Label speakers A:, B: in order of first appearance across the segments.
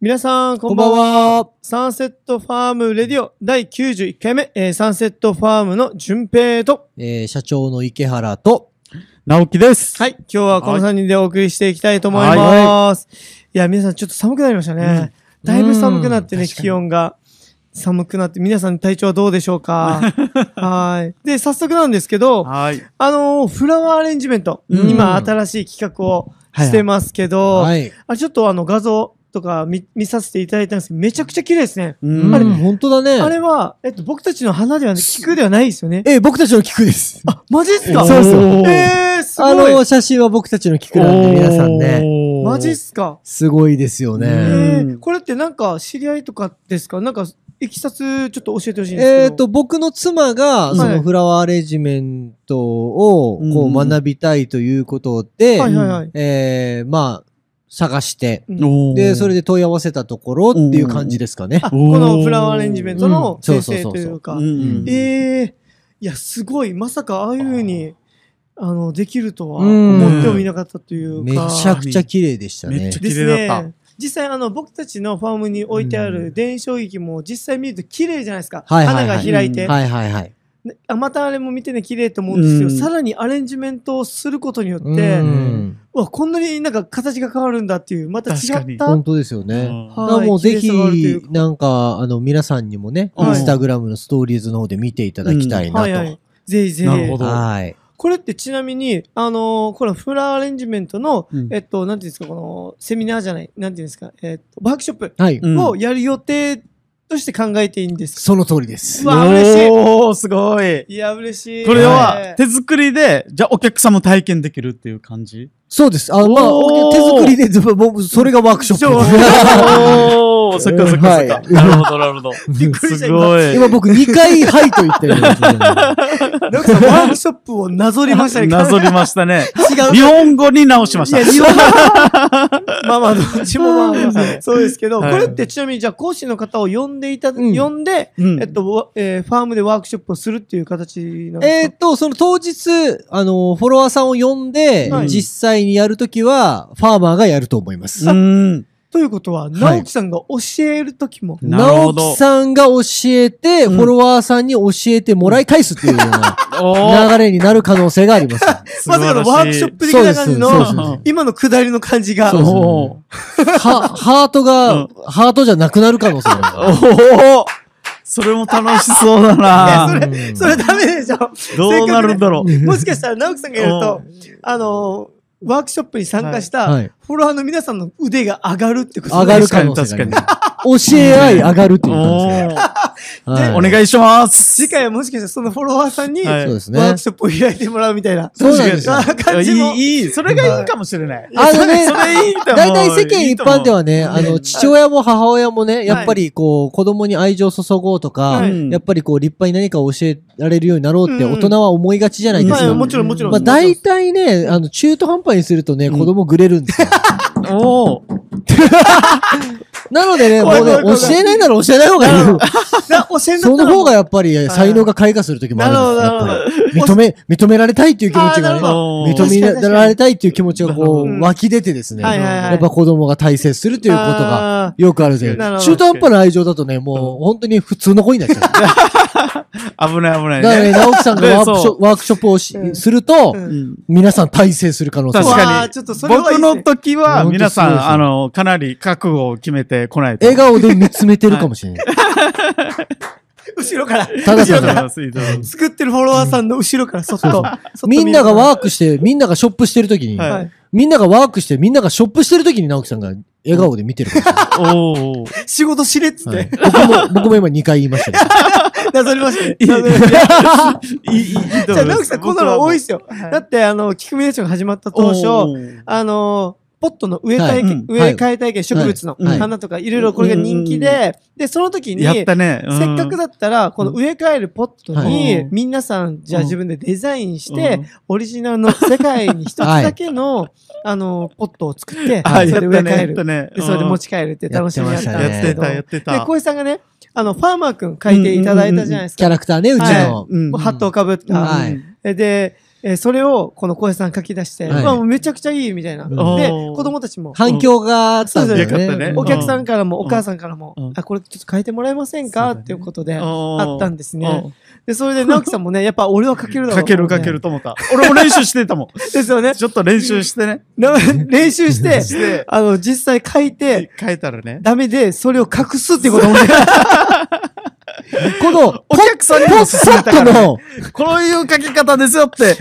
A: 皆さん、こ
B: こ
A: ん
B: ん
A: ば
B: ば
A: ん
B: ん
A: は。
B: は。
A: サンセットファームレディオ第91回目、えーサンセットファームの順平と、
B: えー、社長の池原と、
C: 直樹です。
A: はい、今日はこの3人でお送りしていきたいと思います。い、や、皆さんちょっと寒くなりましたね。だいぶ寒くなって
B: う
A: ね、
B: ん確かに
A: 気温が。寒くなって、皆さん体調はどうでしょう かはい。で、早速なんですけど、
C: はい。
A: あのーフラワーアレンジメント、
B: うん
A: 今新しい企画をしてますけど、
B: はい。
A: あれちょっとあの画像とか見見させていただいたんですけど、めちゃくちゃ綺麗ですね。
C: うん
B: あれ、本当だね。
A: あれは、えっと、僕たちの花ではなく、菊ではないですよね。
B: えー、僕たちの菊です。
A: あ、マジっすか
B: そうですよ
A: えー、す
B: あ
A: ご
B: の、
A: い。
B: 写真は僕たちの菊なんで、皆さんね。
C: ね
A: マジっすか
B: すごいですよ
A: え
B: ね。
A: ー、これってなんか知り合いとかですかなんか、いきさつちょっと教えてほしいんですけど。
B: えっと、僕の妻が、
A: はい
B: そのフラワーアレンジメントを、
C: うん
B: こう、学びたいということで、
A: はいはいはい。
B: えー、まあ、探して、
C: お
B: で、それで問い合わせたところっていう感じですかね
A: あ、。このフラワーアレンジメントの
B: うんそ
A: 先
B: う
A: 生
B: そうそうそう
A: というか
C: う。
B: う
C: ん
B: ん
A: えー、いや、すごい。まさかああいうふうに、あの、できるとは
B: うん
A: 思ってもみなかったというか。
B: めちゃくちゃ綺麗でした
C: め
B: ね
C: っち。ゃ
A: で
C: 綺
A: す
C: 麗だっ
A: ね。実際、あの、僕たちのファームに置いてある伝承劇も実際見ると綺麗じゃないですか。
B: はいはいはい
A: 花が開いて。
B: はいはいはい。
A: ねあまたあれも見てね、綺麗と思うんですけど、
C: うん
A: さらにアレンジメントをすることによって、
B: う
A: うんわ、こんなになんか形が変わるんだっていう、また違っ
C: 確
A: た。
B: 本当ですよね。
C: た。
B: だからもうぜひ
A: 綺麗さがあるという、か
B: なんか、あの、皆さんにもね、イ
C: はい
B: ンスタグラムのストーリーズの方で見ていただきたいな
A: はいはい
B: と。。
A: ぜひぜ
C: なる
A: ひ
C: ほ。ど
B: はい。
A: これってちなみに、あのーこれフラワーアレンジメントの、
C: うん
A: えっと、なんていうんですか、この、セミナーじゃない、なんていうんですか、えっと、ワークショップ
B: はい。
C: うん
A: をやる予定として考えていいんですか、
B: その通りです
A: う。わ嬉しい
C: おー、すごい。
A: いや、嬉しい。
C: これ
A: ね
C: は手作りで、じゃあお客さんも体験できるっていう感じ
B: そうです。あ、ま
C: お
B: あ、
C: ー
B: 手作りで、ずもうそれがワークショッ
A: そう
B: プ。
C: お ー、そっかそっかそっか。
B: はい
C: なるほど、なるほど。
A: びっくりした
C: すごい。
B: 今僕2回はいと言ってるんですけ ど
A: なんかワークショップをなぞりましたね。
C: なぞりました ね。
A: 違う。
C: 日本語に直しました。
A: いや、まあまあ、どっちもまあま
C: は
A: あ、
C: い
A: そうですけど、こ
C: はい
A: れってちなみに、じゃあ講師の方を呼んでいた、
B: うん
A: 呼んで、
C: うん
A: えっと、わえーファームでワークショップをするっていう形なんで
B: えー
A: す
B: っと、その当日、あの、フォロワーさんを呼んで
A: は、い
B: 実際にやるときは、ファーマーがやると思います
C: う。ん。
A: かということは、直樹さんが教える時も、
C: なるほ
B: 直
C: ど
B: 樹さんが教えて、
C: うん
B: フォロワーさんに教えてもらい返すっていうよ うな
C: おー、
B: 流れになる可能性があります。
C: 素
A: ま
C: 晴
A: さか
C: らしい
A: のワークショップ的
B: そう
A: な
B: です
A: 感じ
B: そうです
A: の、今の下りの感じが
B: そう、です
C: おー。
B: は、ハート
C: う
B: が
C: ん、
B: ハートじゃなくなる可能性があ
C: おおそれも楽し そうだ
A: や
C: な
B: る。
A: それダメでしょ。
C: どうなるんだろう。
A: もしかしたら直樹さんがやると、あのー、ワークショップに参加した
B: は
A: フォ
B: い
A: ロワーの皆さんの腕が上がるってこと
B: 上がる可能性があります。教え合い上がると
C: お
B: いう可能性
C: ー
B: が。
A: で
B: は
C: お願いします。
A: 次回はもしかしたらそのフォロワーさんに、
C: は
A: ワ
C: い
B: そうです
A: ー
B: ね
A: ク。ショップを開いてもらうみたいな。
B: そうなんですよ。
A: 確かに感じも
C: いい、いい、それがいいかもしれない。
B: あのね
C: それいいと思う
B: 大体世間一般ではね、あの、父親も母親もね、やっぱりこう、子供に愛情を注ごうとか
A: は、
C: い
B: やっぱりこう、立派に何かを教えられるようになろうって
A: うん
B: 大人は思いがちじゃないです
A: まあ、
B: か。
A: もちろんもちろん。
B: まあ、大体ね、あの、中途半端にするとね、
C: うん
B: 子供ぐれるんですよ。
C: おー
B: なのでね、も
A: 怖いう
B: ね
A: 怖い怖い、
B: 教えないなら教えない方がいいよ。
A: な教えんだ
B: そ
A: った
B: の
A: ら
B: 方がやっぱり、才能が開花する時もあ
A: な
B: るんですよ。やっぱり認め、認められたいっていう気持ちが
A: あーなる
B: ね
A: ほ、
C: おー
B: 認
A: 確かに確か
B: め
A: に
B: られたいっていう気持ちがこ
A: うん
B: う、湧き出てですね、
A: はいはいはい
B: やっぱ子供が大成するということが、
A: が。
B: よくあるぜ。
A: なるほど
B: 中途半端な愛情だとね、もう本当に普通の子になっちゃう。だか
C: 危ない危ない
B: ら
C: ね。
B: ね、直樹 さんがワークシ
C: そ
B: ョワークショップをし
A: うん
B: すると
A: う、ん
C: うん
B: 皆さん大成する可能性
C: 確
B: がある。
A: う
C: か
A: わー
C: に。
A: ちょっとそれはいい
C: 僕
A: ですね
C: の時は、
B: 本当
C: 皆さ
B: そうです
C: ん、あの、かなり覚悟を決めてこないと。
B: 笑顔で見つめてるかもしれない。
A: 後ろから、
B: ただ
A: 後
B: た
A: ろか
C: いただ
B: だ
A: ら、
C: きますいただきます
A: 作ってるフォロワーさんの後ろから、そっと。そっと見
B: み
A: る
B: んながワークして、みんながショップしてるときに、
C: はい
A: はい
B: みんながワークして、みんながショップしてるときに直樹さんが笑顔で見てる か
C: おー。
A: 仕事しれっつっ
B: ら、はい
A: て、
B: 僕も、僕も今2回言いましたけど。
A: なぞりましたね。
C: いい
A: なぞりました
C: いい、いい、いいと思います。
A: じゃあ、直樹さん、こんなの多いっ
C: す
A: すよ。だって、あの、キクミネーションが始まった当初、あのー、ポットの植え体
C: はいう
A: 験
C: ん、
A: 植え替え体験、植物の
B: はい
A: 花とか、いろいろこれが人気
C: うん
A: で、で、その時に、
C: やっ
A: せった
C: ね。うん
A: かくだったら、この植え替えるポット
C: は
A: に
C: い、
A: 皆さん、じゃあ自分でデザインし
C: う
A: て
C: ん、
A: オリジナルの世界に一つだけの、あのー、ポットを作って、
C: あ、
A: そ
C: や
A: れ
C: っ
A: で植え
C: たね。
A: 替
C: や
A: え
C: っ
A: る
C: た。ね。
A: で、それで持ち帰るって楽しみやったん
C: や
A: で
C: っ
A: すけ
C: て
A: ど。
C: た、やって
A: で、
C: た。
A: 小石さんがね、あの、ファーマーくん書いていただいたじゃないです
B: キ
A: か。
B: ャラクターね、うちの。
A: はい
C: うん
A: もうハットをかぶっ
B: は
A: た。
B: い
A: えで、ええーそれをこの小林さん書き出して、
B: はい
A: まあ、めちゃくちゃいいみたいな。
B: うん
A: で、
C: おー
A: 子供たちも、
B: 反響があったんだよ
A: そう
C: ですよ
B: ね。
C: ねよかったね
A: お客さ
C: うん
A: からも、お母さんからも、
C: うん
A: あ、これちょっと変えてもらえません
C: そ
A: か
C: うだね
A: っていうことで、
C: あ
A: あったんですね。で、それで直樹さんも ね、やっぱ俺は書けるだろう
C: かけるかける。と思った。俺も練習してたもん。
A: です よね。
C: ちょっと練習してね。
A: な練習して、
C: して、
A: あの、実際書いて、
C: 書いたらね。
A: ダメで、それを隠すっていうこともね、
B: この、
C: お客さんにも勧めた
B: ポ
C: か
B: ッ
C: らね、
B: の、
C: こういう書き方ですよって、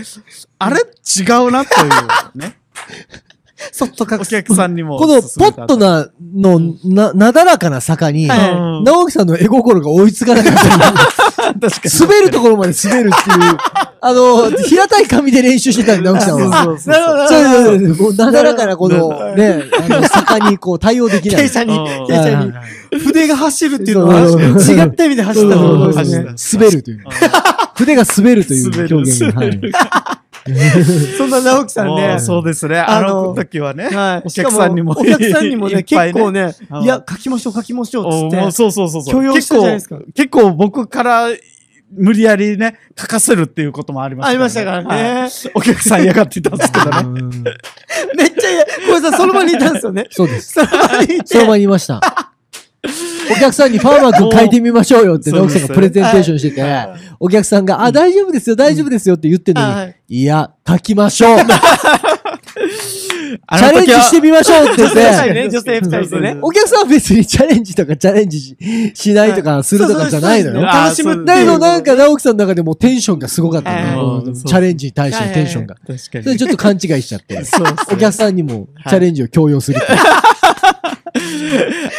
C: あれ違うなというね。
A: そっと
C: お
A: 隠す。
C: 客さんにも
B: この
C: 勧めた。
B: ポットな、の、な、なだらかな坂に、
A: はい
C: うん
B: 直樹さんの絵心が追いつかなかった。
C: 確かに。
B: 滑るところまで滑るっていう。あの、平たい紙で練習してたんで、直樹さんは。
C: そうそうそう
A: なるほど、な
B: そう
A: るほど。
B: そうそうこうなだらかなこの、ね、あの、坂にこう対応できない。
A: 傾斜に、
C: うん
A: 傾斜に、筆が走るっていうのは、
B: そう
A: 違った意味で走ったってことで
C: う
A: す
C: ん
A: ね。
B: 滑るという。筆が滑るという表現に。
C: 滑る
B: はい
A: そんな直樹さん
C: も
A: ね
C: う、そうですね。
A: あ
C: あ
A: の
C: の時はね。
A: はい。
C: お客さんにも
A: しかお客さんにも
C: い
A: ね、
C: っぱ
A: 結
C: いね
A: 構ね
C: う、ん
A: いや、書きましょう、書きましょう、
C: お
A: っつ
C: もう
A: って。
C: そうそうそうそう。
A: 許容したじゃないですか
C: 結構、結構僕から無理やりね、書かせるっていうこともありました、
A: ありましたから
C: はい。
A: ね。
C: お客さん嫌がってたんです けどね。
B: うん。
A: めっちゃ嫌、小林さん、その場にいたんですよね
B: そうです。
A: その場にい
B: その
A: て。
B: 場にいました。お客さんにパーマ君変えてみましょうよって、
C: もう
B: 直樹さんがプレゼンテーションしてて、お客さんが、あ、大丈夫ですよ、大丈夫ですよって言ってん
A: う
B: の
A: んは
B: に
A: い、
B: いや、書きま しょうチ
C: あ
B: ャ
C: の
B: レン
C: 時
B: ジ
C: は
B: してみましょうって言っ
A: 女性二人
B: て、
A: ね、女性二人でね。
B: お客さんは別にチャレンジとかチャレンジししないとかするとかじゃない
A: そ
B: の
A: うそうそう
B: よ。
C: あー
A: 楽しむっていう
B: だけどなんか直樹さんの中でもうテンションがすごかった
A: はい
B: の
C: う
B: よ。
C: ん
B: チャレンジに対してのテンションが。
C: 確か
B: それ
C: に
B: ち。ょっと勘違いしちゃ って、お客さんにもチャレンジを強要するっていう。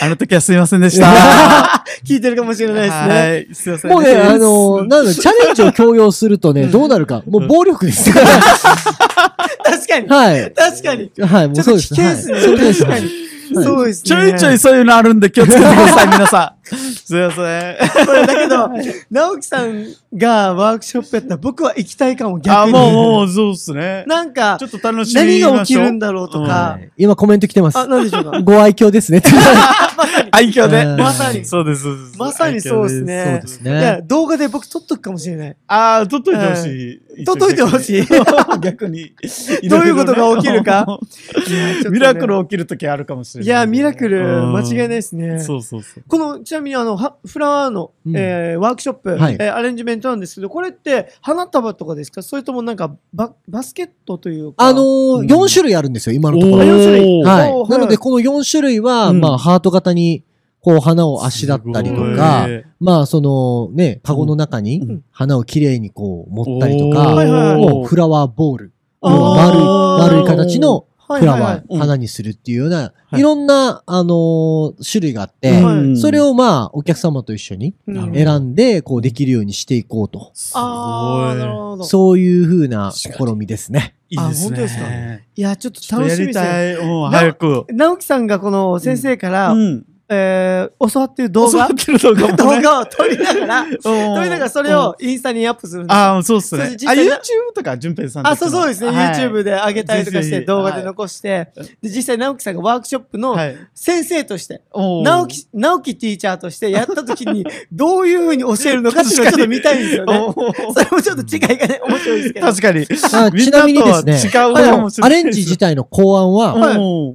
C: あの時はすいませんでした。
A: 聞いてるかもしれないですね。
C: はい。すいません。
B: もう ね、あの、なんだ、チャレンジを強要するとね、どうなるか。もう暴 力ですから。
A: 確かに。
B: はい。
A: 確かに。
B: はい、も
A: ちょ
B: う
A: っ
B: そう
A: と危
B: です。
A: 険
B: は
A: で
B: い
A: す
B: そ
A: ね。
B: れです
A: 確かに。そうですね。
C: ちょいちょいそういうのあるんで気をつけてください、皆さ ん。すいません。
A: これだけど、直樹さんがワークショップやったら僕は行きたいかも、
C: あ、
A: 逆
C: もう、
A: に。
C: もう、そうですね。
A: なんか
C: ちょ、っと楽しみま
A: 何
C: しょう
A: が起きるんだろうとか。
B: 今コメント来てます
A: あ、。なんでしょうか。
B: ご愛嬌で す ね。
C: 愛嬌で。
B: うん
A: まさに
C: そうです、そうです
A: まさにそうですね。
B: そうです
A: いや、
B: ね。
A: 動画で僕撮っとくかもしれない。
C: ああ、取っといてほしい。
A: 撮っといてほしい。
C: い。 逆に。
A: どういうことが起きるか
C: いろいろね。
A: ちょっとね
C: ミラクル起きるときあるかもしれないい。
A: や、ミラクル、間違いない
C: い
A: ですね。
C: そうそうそう。
A: この、ちなみにあの、はフラワーの、
B: うん
A: えーワークショップ、
B: はい
A: えーアレンジメントなんですけど、これって、花束とかですかそれともなんかバ、バスケットというか。
B: あのー、
C: うん
B: 4種類あるんですよ、今のとこ
A: あ
B: ろ。
A: 4種類。
C: おー
B: は
A: お
B: い。
A: ー
B: なので、、この4種類は、
C: うん
B: まあ、ハート型に、こう、花をあしらったりとか
C: すご、い
B: まあ、その、ね、カゴの中
C: う
B: に
A: ん、
B: 花をきれいにこう、持ったりと
A: おー
B: か、
A: はいはい
B: もうフラワーボール。
A: あー
B: もう丸い、丸い形の
A: はい
B: フラ
A: はいは
B: ワ
A: い
B: ー、花にするっていうような、
C: はい
B: いろんな、あのー種類があって、
A: うん
B: それ、をまあ、お客様と一緒に
A: うん
C: なるほど
B: 選んで、こう、できるようにしていこうと。
A: あー、なる
C: ど。
A: ほど。
B: そういうふうな試みですね。
C: いいです
A: あ本
C: ね。
A: 当ですかいや、ちょっと
C: ちょっと
A: 楽
C: や
A: しみで
C: り
A: すね。
C: たい。もう早く。
A: 直樹さんがこの先生から、
C: うん。
A: えー教わってる動画、
C: 教わってる動画もね
A: 動画を撮りながら、撮
C: うん
A: りながらそれをインスタにアップするんですよ。
C: ああ、そうっすね。あ、
A: そして実際
C: YouTube とか、順平さんとか
A: あ、そうそうですね。
C: はい
A: YouTube で上げたりとかし
C: ぜ
A: て、
C: ひ
A: 動画で残して、
C: はい
A: で、実際直樹さんがワークショップの
C: はい。
A: 先生として、
C: おー
A: 直樹、直樹ティーチャーとしてやった時に、どういうふうに教えるのかっていうのをちょっと見たいんですよね。
C: おー
A: それもちょっと違いが ね、面白いですけど。
C: 確かに。
B: あちなみにですね
C: みんなとは違う
B: あ
C: か
B: の
C: もしれ
B: ア
C: ない
B: レンジ自体の考案は、
A: はい
C: おー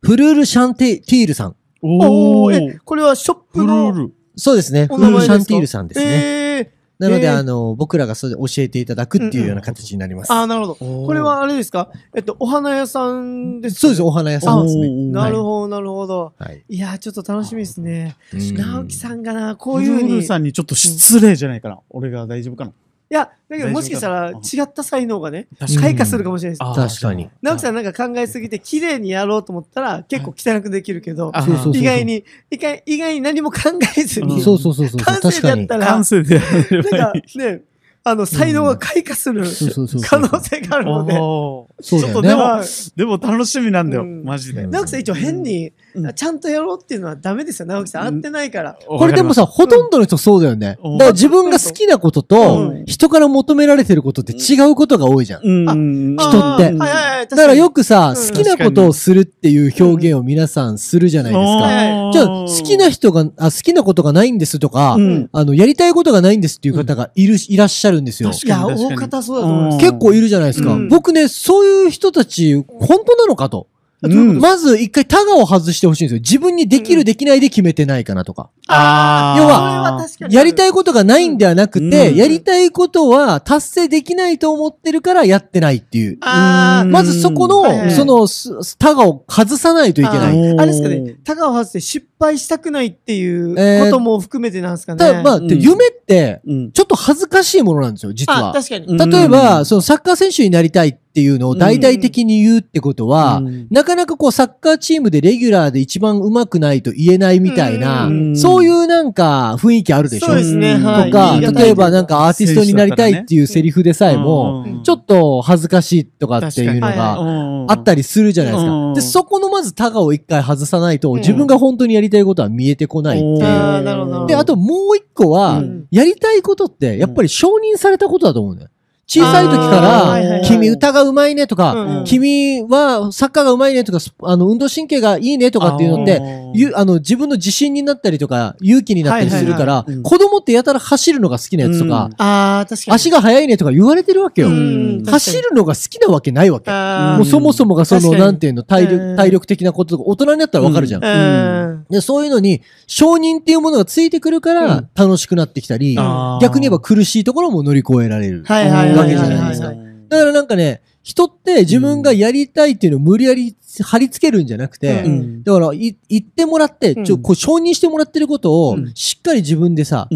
B: フルールシャンティティールさん。
A: お
C: お
A: ー
C: ー
A: え、これはショップ
C: フル
A: の
C: ー、ル。
B: そうですね。
A: お
B: フ
A: 名
B: ルー
A: 前です
B: ルシ
A: か
B: ャンティールさんですね。
A: えー、
B: なの
A: え
B: で、
A: ー
B: あの、僕らがそれで教えていただくっていうような形になります。
A: あー、なるほど。
C: こ
A: これはあれですかえっと、お花屋さんですか
B: そうです、お花屋さんですね。
A: なるほど、なるほど。
B: はい。
A: いやー、ちょっと楽しみですね。
B: うん
A: 直樹さんがな、こ
C: こ
A: う
C: う
A: い
C: いうう
A: ふうに。い
C: さんにちょっと失礼じゃないかな。俺が大丈夫かな。
A: や、だけどもしかしたら違った才能がね、開花するかもしれないです。
B: ん確かに
A: 直樹さんなんか考えすぎて綺麗にやろうと思ったら結構汚くできるけど、
C: あ
B: そうそうそうそう
A: 意外に、意外意外に何も考えず
C: うん
A: に、
B: そうそうそうそう。
A: 完成
B: 確
A: だ
B: か
A: っ
B: に。
A: たら、な
C: 完
A: ん
C: 成でやれば
A: か
C: いい。
A: ね、あの、才能が開花する
B: そうそうそうそう
A: 可能性があるので、
C: おー
B: そうだ
C: ちょっと
B: よね。
C: でも
A: はい、
C: でも楽しみなんだよ。
A: うん
C: マジで。
B: うん
A: 直樹さん一応変に
C: うん、
A: ちゃんとやろうっていうのはダメですよ、直樹さん。合ってないから。
B: これでもさ、ほとんどの人そうだよね。だか
C: うん
B: ら自分が好きなこと
A: う
B: と
A: ん、
B: 人から求められてることって違うことが多いじゃん。
C: うん、うん
B: 人っ
A: あ
B: て
A: ーはいはいはい
B: だからよ
A: く、
B: くさ、
A: うん
B: 好きなことをするっていう表現を皆さんするじゃないですか。
A: か
B: じゃあ、好きな人が、あ、好きなことがないんですとか
C: う、ん
B: あの、やりたいことがないんですっていう方がいる、いらっしゃゃるんですよ。
A: いや、
C: 確かに
A: 大方そうだと思います。
B: 結構いるじゃないですか。
A: うん
B: 僕ね、そういう人たち、本当なのかと。
C: うん
B: まず一回タガを外してほしいんですよ。自分にでき
A: う
B: る
A: ん
B: できないで決めてないかなとか。
C: あー
B: 要
A: それは確かに
B: やりたいことがないんではなくて、
C: うん
B: やりたいことは達成できないと思ってるからやってないっていう。
A: あ
C: うん
A: ー
B: まずそこの、
A: はいはい
B: その、すすタガを外さないといけ
A: あ
B: な
C: はい
B: い。
A: ーあれですか
C: お
A: ね
C: ー、
A: タガを外して失敗したくないっていう
B: えー
A: ことも含めてなんですかね。
B: ただ、まあ、
C: うん
B: で夢って、
C: うん
B: ちょっと恥ずかしいものなんですよ、実
A: あ
B: は。
A: 確か
C: う
A: に。
C: ん
B: 例えば、
C: うん
B: そのサッカー選手になりたいっていうのを大々的に言うってことは、
C: うん
B: なかなかこうサッカーチームでレギュラーで一番上手くないと言えないみたいな、
A: うん
B: そういうなんか雰囲気あるでしょ
A: そうですね、
C: うん
A: はい。
B: とか、
A: 言い難い
B: 例えばなんかアーティストになりたいっていうセリフでさえも、
C: うん
B: ちょっと恥ずかしいとかっていうの
A: 確か
B: が
A: に
B: あったりするじゃないです
C: う
B: か。
C: ん
B: で、そこのまずタガを一回外さないと、
A: うん
B: 自分が本当にやりたいことは見えてこないって
A: ん
B: いう。
A: あーなるほど
B: で、あともう一個は
A: うん、
B: やりたいことって、やっぱり承認されたことだと思うんだよ。小さい時
A: あーはいはい
B: か
A: は
B: ら、
A: い
B: 君歌が上手いねとか、
A: うん
B: 君はサッカーが上手いねとか、スあの、運動神経がいいねとかっていうのって、ゆあの自分の自信になったりとか、勇気になったりするから、
C: いはいはいうん
B: 子供ってやたら走るのが好きなやつとか、
A: あー確かに。
B: 足が速いねとか言われてるわけよ。
A: うん
B: 走るのが好きなわけないわけ。
A: あー
B: もうそもそもがそ
A: 確
B: の、
A: かに
B: なんていうの、体
A: うん
B: 力、体力的なこととか、大人になったらわかるじゃん。
A: うん
B: で、そういうのに、承認っていうものがついてくるか
C: う
B: ら
C: ん、
B: 楽しくなってきたり、
C: あー
B: 逆に言えば苦しいところも乗り越えられる。
A: はいはい
B: わ
A: は
B: け
A: い
B: じゃ
A: はい
B: ない
A: は
B: で
A: い
B: すか
A: はい。
B: だからなんかね、人って自分がやりたいっていうのを無理やり貼り付けるんじゃなくて、
A: うん
B: だから、い、言ってもらって、
A: うん
B: ちょ、こう、承認してもらってることを
C: う、ん
B: しっかり自分でさ、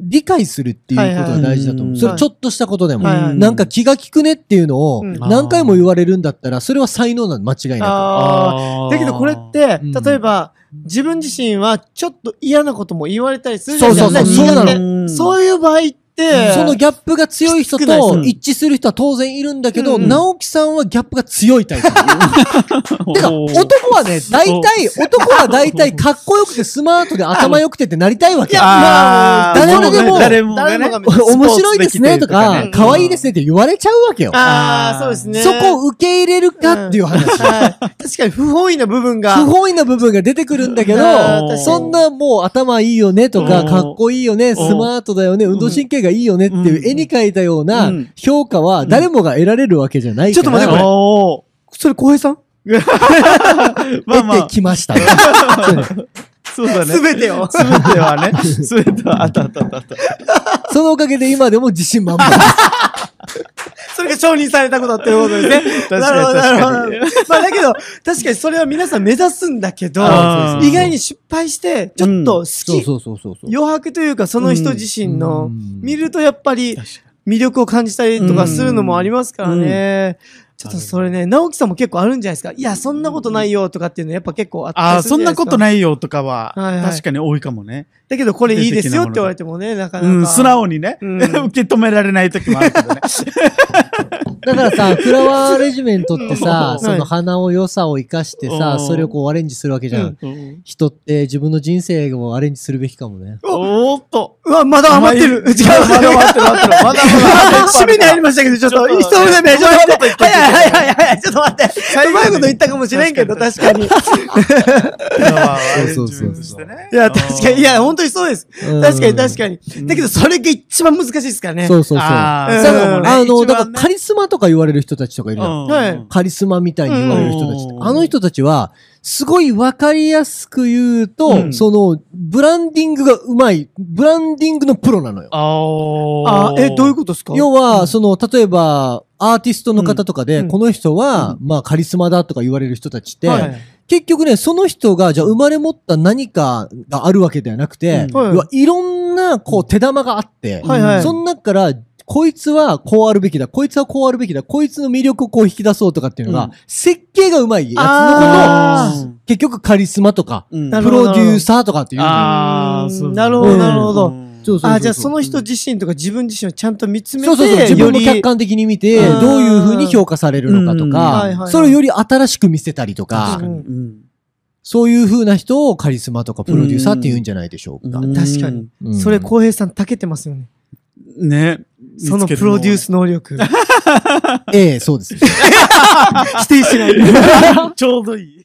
B: 理解するっていうことが大事だと思
C: はいは
B: う。
C: い
B: それちょっとしたことでも。
A: はいはい
B: なんか気が利くねっていうのを、
A: うん
B: 何回も言われるんだったら、それは才能なの、間違いな
A: あーだけどこれって
B: うん、
A: 例えば、自分自身はちょっと嫌なことも言われたりするじゃ
B: そ
A: な
B: う
A: い
B: そうそ
A: ですか
B: うそうなの
A: 人間ってそういう場合って、
B: く。そのギャップが強い人
A: きつくないです
B: と一致する人は当然いるんだけど、
A: うん
B: 直樹さんはギャップが強いタイ プ。て か、男はね、大体、男は大体かっこよくてスマートで頭良くてってなりたいわけ。
A: いや
C: あー
B: まあ誰でも
C: 誰もがね
A: 誰もが見て
B: お面白いですねと
C: スポーツできてるとか
B: か
A: ね、
B: 可愛いですねって言われちゃうわけよ。
A: あ
C: あー
A: あ、そうですね。
B: そこを受け入れるかっていう話。
A: はい確かに不本意な部分が。
B: 不本意な部分が出てくるんだけ
A: あ
B: ど、
A: ー
B: そんなもう頭いいよねと
C: う
B: か、
C: ん
B: かっこいいよね、スマートだよね、運動神経がいいよねって
C: う
B: い
C: ん
B: う絵に描いたような
C: うん
B: 評価は誰もが得られるわけじゃない
A: ちょっと
B: か
A: 待って、これ
B: ら、。
A: それ、浩平さん
C: まあまあ
B: 得てきま した。
C: そうだね。
A: すべてを。
C: すべては ね、すべてはあったあったあっ たあった。
B: そのおかげで今でも自信満々。
A: それが承認されたことっていうことですね。
C: 確
A: なるほど、なるほ
C: かに確かに。
A: ど。まあ、だけど、確かにそれは皆さん目指すんだけど、
C: あー
A: 意外に失敗して、ちょっと
B: そう
A: 好き、
B: そうそうそうそう。
A: 余白というか、その人自身
B: う
A: の、
B: ん
A: 見るとやっぱり
C: 確か
A: 魅力を感じたりとかするのもありますからね。ちょっとそれね、直樹さんも結構あるんじゃないですか。いや、そんなことないよとかっていうのやっぱ結構あった
C: ああ、
A: りする
C: そ
A: じ
C: ん
A: ゃない
C: な
A: ですか。
C: ことないよとかは、
A: はいはい
C: 確かに多いかもね。
A: だけどこれいいですよって言われてもね、なかなか。
C: うん、素直にね、
A: うん
C: 受け止められない時もあるけどね。
B: だからさ、フラワーアレジメントって
A: 、
B: さ
A: うん
B: その花を良さを生かして
C: う
B: さ、
C: ん
B: それをこうアレンジするわけじゃ。
A: うん
B: 人って自分の人生をアレンジするべきかもね。
C: おーっと。
A: うわ、まだ余ってる。違う。
C: まだ待ってる待ってる。まだまだ
A: 締めに入りましたけど、ちょっと、
C: ちょっと
A: 一人でめちゃめちゃ、
C: うまいこと言っといて
A: 早い早い早い早い、ちょっと待って。
C: 最
A: う
C: 後
A: まい
C: だね
A: こと言ったかもしれんけど、確かに。い
C: そ
B: そうう
C: そ
B: そうう
C: そ
B: そうう。
A: や、確かに、いや、本当にそうです。確かに確
B: に。
A: かに。だけど、それが一番難しいですからね。
B: そうそうそう。
C: あ
A: う
C: ー
A: ん
C: そうかもね
B: あ
C: 一
B: の、
C: 番
B: だから
C: ね
B: カリスマとか言われる人たちとかいるじゃん。
A: はい
C: うん
B: カリスマみたいに言われる人たちって
C: う。ん
B: あの人たちは、すごいわかりやすく言うと、
C: うん
B: その、ブランディングがうまい、ブランディングのプロなのよ。
C: あ
A: あ、え、どういう
C: こ
A: ことですか
B: 要は、その、例えば、アーティストの方とかで、
A: うん
B: この人は、
C: う
B: まあ、カリスマだとか言われる人たちって、
A: はい
B: 結局ね、その人が、じゃあ生まれ持った何かがあるわけではなくて、
C: うん
B: 要はいろんな、こう、手玉があって、
A: はいはい。
B: その中から、こいつはこうあるべきだ、こいつはこうあるべきだ、こいつの魅力をこう引き出そうとかっていうのが、
C: うん
B: 設計がうまいやつのことを、
A: あ
C: と
B: 結局カリスマとか、
C: うん
A: な
B: プ
A: るほど
B: ロデューサーとかっていう。
C: あーそう
A: なる
B: ほどな
A: るほど
C: うん
B: そうそう
A: あ、じゃあその人自身とか自分自身をちゃんと見つめて、
B: そうそうそう。自分も
A: より
B: 客観的に見て、
A: うん
B: どういう風に評価されるのかと
C: うん
A: はいはいは
B: か、
A: い
B: それをより新しく見せたりと
C: 確
B: か
C: か、に
A: う
B: そういう風な人をカリスマとかプロデューサーって言うんじゃないでしょうか。
C: うん
A: 確かに
B: うん
A: それ、浩平さん、たけてますよね。
C: ね。
A: そのプロデュース能力。
B: ええ、そうです。
A: 否定しない。
C: ちょうどいい。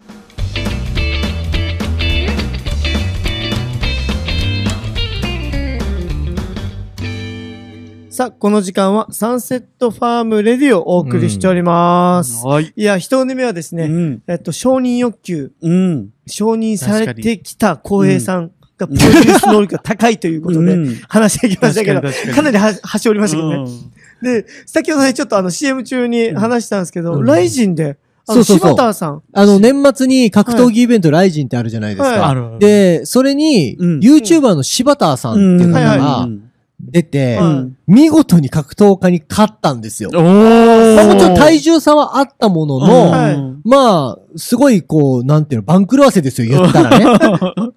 A: さあ、この時間はサンセットファームレディオをお送りしております。
C: はい。
A: いや、一人目はですね、
C: うん。
A: えっと、承認欲求、
C: うん。
A: 承認されてきた浩平さんがプロデュース能力が高いということで、
C: うん
A: 話してきましたけど、
C: 確かに確かに
A: かなりは端折りましたけどね。
C: うん
A: で、先ほどね、ちょっとあの CM 中に話したんですけど、
B: うん
A: ライジンで、あ
B: そ
A: の、
B: うそうそう
A: 柴田さん。
B: あの、年末に格闘技イベント、ライジンってあるじゃないです
A: はい
B: か。
C: あるある
B: で、それに、
C: うん
B: YouTuber の柴田さんっていう方
A: はい
B: が出て
A: はい、
B: 見事に格闘家に勝ったんですよ。ま
C: お
B: あ
C: ー
B: もちろん体重差はあったもの
C: うん
B: の、
A: はい
B: まあ、すごい、こう、なんていうの、番狂わせですよ、言ったらね。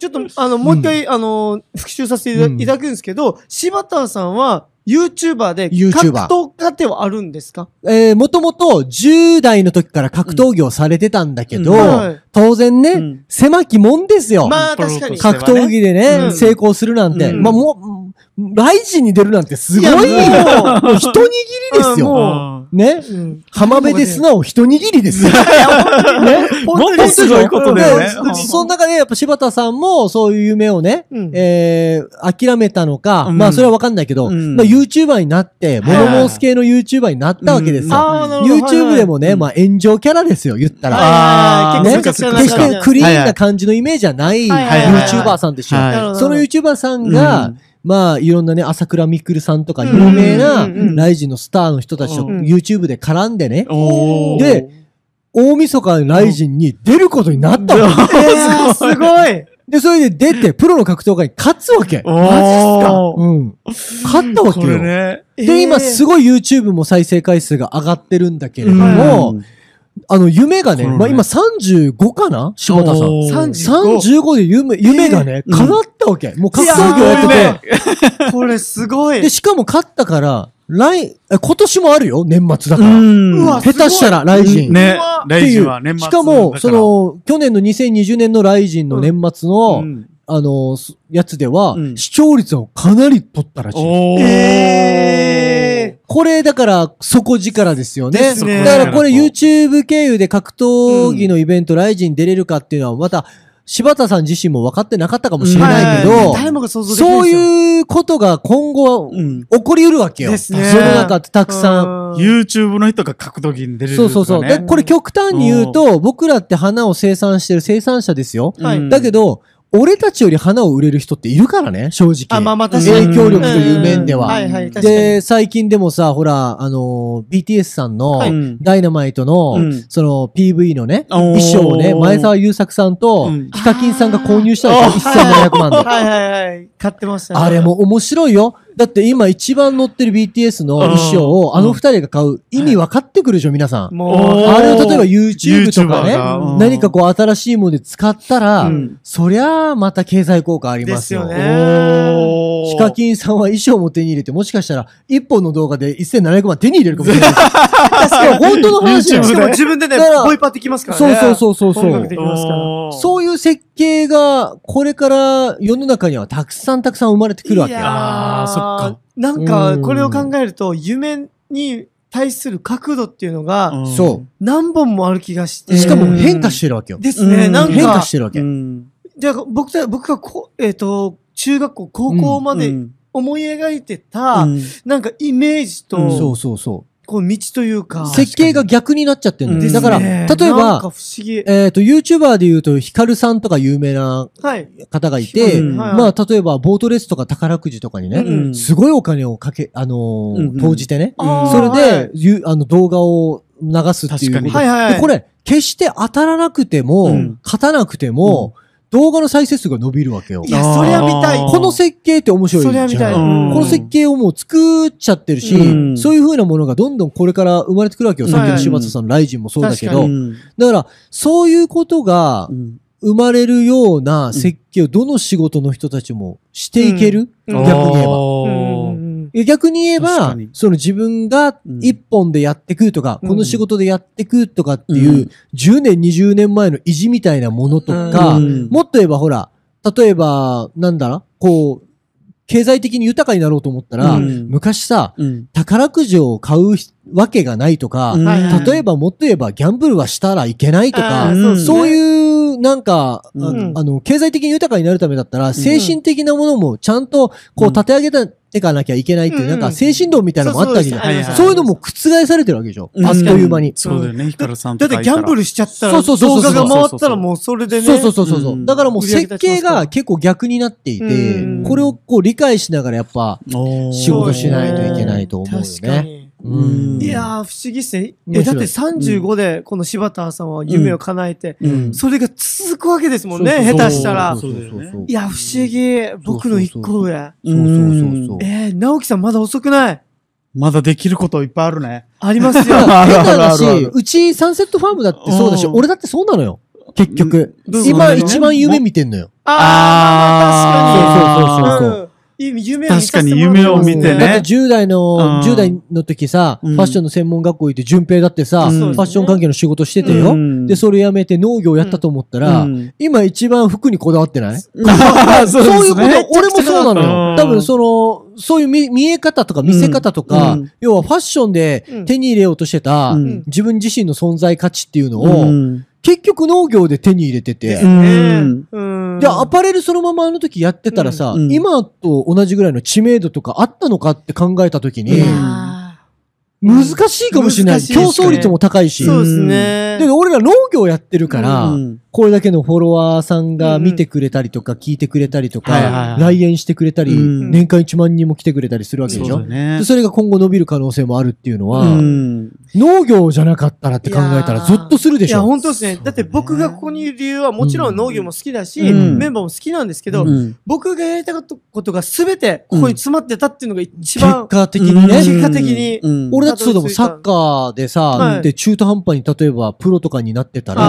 A: ちょっと、あの、もう一回、あの、復習させていた
B: うん
A: いただくんですけど、柴田さんは、YouTuber で、格
B: YouTuber
A: 闘家ではあるんですか
B: えー、もともと10代の時から格闘技をされてたんだけど、
C: うん
A: はい
B: 当然ね、
C: うん
B: 狭きもんですよ。
A: まあ、確かに。
C: か
B: 格闘技でね、
A: うん
B: 成功するなんて。
A: うん
B: まあもう、ライジンに出るなんてすごい よ。もう
A: やもう
B: 一握りです
A: うん
B: よ。
A: も
B: ね。
A: うん
B: 浜辺で砂を一握りですよ。
C: もっとすごいことだよね
B: でその中でやっぱ柴田さんもそういう夢をね、
A: うん
B: えー、諦めたのか、
C: うん
B: まあそれはわかんないけど、
C: うん
B: まあ YouTuber になって、モ
C: はい
B: ノモース系の YouTuber になったわけですよ。
A: あーなるほど
B: YouTube でもね、
C: うん
B: まあ炎上キャラですよ、言ったら。
A: あ
C: あ
A: あ、
C: ー
A: 結
B: ね
A: 構昔からな
B: 決し
A: んか
B: て
A: ね
B: クリーンな感じのイメージじゃない
A: はいはい
C: はいはい
B: YouTuber さんでしょ。
C: はい
A: なるほど
B: その YouTuber さんが、
C: うん
B: まあいろんなね、朝倉未来さんとか
A: うん
B: 有名な
A: うんうんうん
B: ライジンのスターの人たちと
C: うん
B: YouTube で絡んでね、
C: おー
B: で、大晦日にライジンに出ることになったの。
A: えー すごい
B: で、それで出て、プロの格闘家に勝つわ け。
C: おー
B: うん。勝ったわけ
C: これ
B: よ。
C: ね。
B: で、今す
A: ご
B: ごい YouTube も再生回数が上がってるんだけれど
A: も
B: も、あの、夢がね、
C: これね
B: まあ今35かな柴田さん。
C: おー
A: 三十
B: 35で夢、夢がね、
C: うん
B: 叶ったわけ。もう格闘技をや
A: いや
B: って
A: い。 これすご
B: て。
A: い
B: で、。しかも勝ったから、来、え今年もあるよ、年末だ
C: う
B: から。
C: ん
A: うわ
B: 下手したら、ライジン。
C: ね
A: うわ、
B: っ
C: レ
B: て
C: イ
B: い
C: ジ
B: う
C: は年末
B: しかも、
C: だ
B: そ
C: ら、
B: の、去年の2020年のライジンの年末の、
C: うん
B: あの、すやつでは、
C: うん
B: 視聴率をかなり取ったらしい。
C: おー
A: え
B: これ、だから、底力ですよね。
A: ですね
B: だから、これ YouTube 経由で格闘技のイベント、ライジン出れるかっていうのは、また、柴田さん自身も分かってなかったかもし
A: ー
B: れないけど、
A: はは誰もが想像できない
B: そう
A: ですよ
B: いうことが今後は
C: うん
B: 起こり得るわけよ。
A: ですね
B: 世の中ってたくさん。
A: う
C: YouTube の人が格闘技に出れる
B: そうそうそう。
C: とか
B: で、
C: ね
B: これ極端に言うと、僕らって花を生産してる生産者ですよ。
A: はい
C: うん
B: だけど、俺たちより花を売れる人っているからね、正直。
A: あ、まあまあ確かに。
B: 影響力という面で
A: うん
B: は。
A: はいはい、確かに。
B: で、最近でもさ、ほら、あのー、BTS さんの
A: は、い
C: うん
B: ダイナマイト
C: う
B: の
C: ん、
B: その PV のね、
C: おー
B: 衣装をね、前澤友作さんと
C: うん、
B: ヒカキンさんが購入したんですよ。1700万で。
A: はいはいはい。買ってましたね。
B: あれも面白いよ。だって今一番乗ってる BTS の衣装を
C: うん
B: あの二人が買う意味分かってくるでしょ、皆さん。
A: も
C: お
A: う、
C: ー
B: あれを例えば YouTube とか
C: YouTuber
B: ね
C: がう、ん
B: 何かこう新しいもので使った
C: う
B: ら
C: ん、
B: そりゃあまた経済効果ありますよ
A: です。よね
C: おー
B: ヒカキンさんは衣装も手に入れて、もしかしたら一本の動画で1700万手に入れるかもしれない。確かに本当の話だよ。
A: しかも
B: そう
A: 自分でね
B: だから、
A: ボイパーできますから
B: そ
A: ね。
B: うそうそうそ
A: 音楽
B: う
A: で。きますから。
C: おー
B: そういう設計が、これから世の中にはたくさんたくさん生まれてくるわけ
A: い
B: よ。
A: やー
C: あーそっか。
A: なんか、これを考えると、夢に対する角度っていうのが、
C: ん
B: そう。
A: 何本もある気がして。
B: しかも変化してるわけよ。
A: ですね。
C: うん
A: なん
B: 変化
A: か
B: し、てるわけ。
C: ん。
A: じゃあ僕た僕がこう、えっ、と、中学校、高校まで思い描いてた、
C: うん
A: なんかイメージと、
C: うん
B: そうそうそ
A: こう道というか
B: う。。設計が逆になっちゃってるの
C: で
B: よ。
C: す
B: だから、
A: ね
B: 例え
A: なんか
B: ば、
A: 不思議。
B: えっと、YouTuber で言うと、ヒカルさんとか有名な
A: はい。
B: 方がい
C: ヒカ
B: て、
C: ル
A: はい
B: まあ、例えば、ボートレースとか宝くじとかに
A: うん
B: ね、
C: うん
B: すごいお金をかけ、あの
C: うんうん
B: ー、投じてね。
A: あー
B: それで、、ゆあの、動画を流すっていうこと
C: 確
A: はいはいはい。
B: でこれ、決して当たらなくても、
C: うん
B: 勝たなくても、動画の再生数が伸びるわけよ
A: い。や、そりゃ見たい。
C: あー
B: この設計って面白い
A: そ
B: じゃ
A: りゃ
B: ない
A: 見たい。
C: うん
B: この設計をもう作っちゃってるし、
C: うん
B: そういう風なものがどんどんこれから生まれてくるわけよ。
C: うん
B: さっきの柴田さんのライジンもそうだけ
A: う
B: ど。だから、そういうことが
C: うん
B: 生まれるような設計をどの仕事の人たちもしていける、
A: うん
B: 逆に言えば。
A: う
C: おー
A: ん
B: いや逆に言え
C: 確か
B: ば
C: に、
B: その自分が
C: うん
B: 一本でやってくとか、
A: うん
B: この仕事でやってくとかっていう、
C: うん
B: 10年、20年前の意地みたいなものとか、
C: うん
B: もっと言えばほら、例えば、なんだろうこう、経済的に豊かになろうと思ったら、
C: うん
B: 昔さ、
C: うん
B: 宝くじを買うひわけがないとか、
C: うん
A: はいはい
B: 例えばもっと言えばギャンブルはしたらいけないと
A: あ
B: か、
A: ー
C: うん
B: そう
A: う。
B: いう、なんか、あ
A: うん
B: あの、経済的に豊かになるためだったら、精神的なものもちゃんと、こう、
C: うん
B: 立て上げたていかなきゃいけないっていう、
A: うん
B: なんか、精神論みたいなのもあったわけじゃん。
A: そうそうです
C: はいはい
B: そういうのも覆されてるわけでしょ。あっという間に。
C: そうだよね、ヒカルさん
A: だっ
C: と
A: て
C: か
A: ギャンブ
C: ル
A: ルしちゃった
B: そ
A: ら、
B: うそうそ
A: 動
B: うそう
A: 画が回ったらもうそれでね。
B: そうそうそうそう。
C: うん
B: だからもう設計が結構逆になっていて
A: うん、
B: これをこう理解しながらやっぱ仕事しないといけないと思うよね
A: 確かに。
C: うん
A: いやー、不思議っすね。え、
B: 面
A: だっ
B: 白
A: て
B: い
A: 35で、この柴田さんは夢を叶えて、
C: うん
A: それが続くわけですもん
B: そう
A: ね、
B: そうそう
A: 下手したら
B: そ。うそうそうそう
A: いや、不思議。僕の一個上。
B: そうそうそうそう。
A: えー、直樹さんまだ遅くない
C: まだできることいっぱいあるね。
A: あります よ
B: 変。な
C: あるあるあ
B: 話
C: るある、
B: うちサンセットファームだってそうだし、
C: うん
B: 俺だってそうなのよ。結局。
A: うん
B: 今
A: そうだね
B: 一番夢見てんのよ。
A: あー、まあまあ確かに。
C: あー
B: そうそうそう
A: う
B: そう
A: んい夢を見させてもらってますね
C: 確かに夢を見てね
B: だって10代の、
C: うん
B: 10代の時さ、
C: うん
B: ファッションの専門学校行って、順平だってさ、
C: うん
B: ファッション関係の仕事しててよ。
C: うん
B: で、それやめて農業やったと思ったら、
C: うん
B: 今一番服にこだわってない
C: そ
B: そういうこ
C: ですね
B: と、俺もそうなのよ。
C: うん
B: 多分その、そういう見見え方とか見せ方とか、
C: うん
B: 要はファッションで手に入れようとしてた、
C: うん
B: 自分自身の存在価値っていうの
C: う
B: を、
C: ん
B: 結局農業で手に入れてて、
C: うん
A: ねうん。
B: で、アパレルそのままあの時やってたらさ、
C: うんうん
B: 今と同じぐらいの知名度とかあったのかって考えた時
A: い
B: に、
A: や
B: 難しいかもしれな
A: 難
B: い。
A: しい
B: 競
A: ですね
B: 争率も高い
A: ー
B: し。
A: そうですね。
B: で、俺ら農業やってるから、
C: うん
B: これだけのフォロワーさんが見てくれたりとか、聞いてくれたりと
C: はいはい
B: か
C: は、い
B: 来園してくれたり、
C: うん
B: 年間1万人も来てくれたりするわけでし
C: そう
B: ょ
C: だ。ね
B: で。それが今後伸びる可能性もあるっていうのは、
C: うん
B: 農業じゃなかったらって考えたら
A: いやー
B: ゾッとするで
A: い
B: し
A: や、
B: ょ。
A: 本当ですね。だって僕がここにいる理由はもちろん農業も好きだし、
C: うん
A: メンバーも好きなんですけど、
C: うん
A: 僕がやりたかったことが全てここに詰まってたっていうのが一
B: 結
A: 番、
B: 果的にね。
A: 結果的に
C: うん
B: 俺だってそうだもん、サッカーでさ、
A: はい
B: で、中途半端に例えばプロとかになってたら、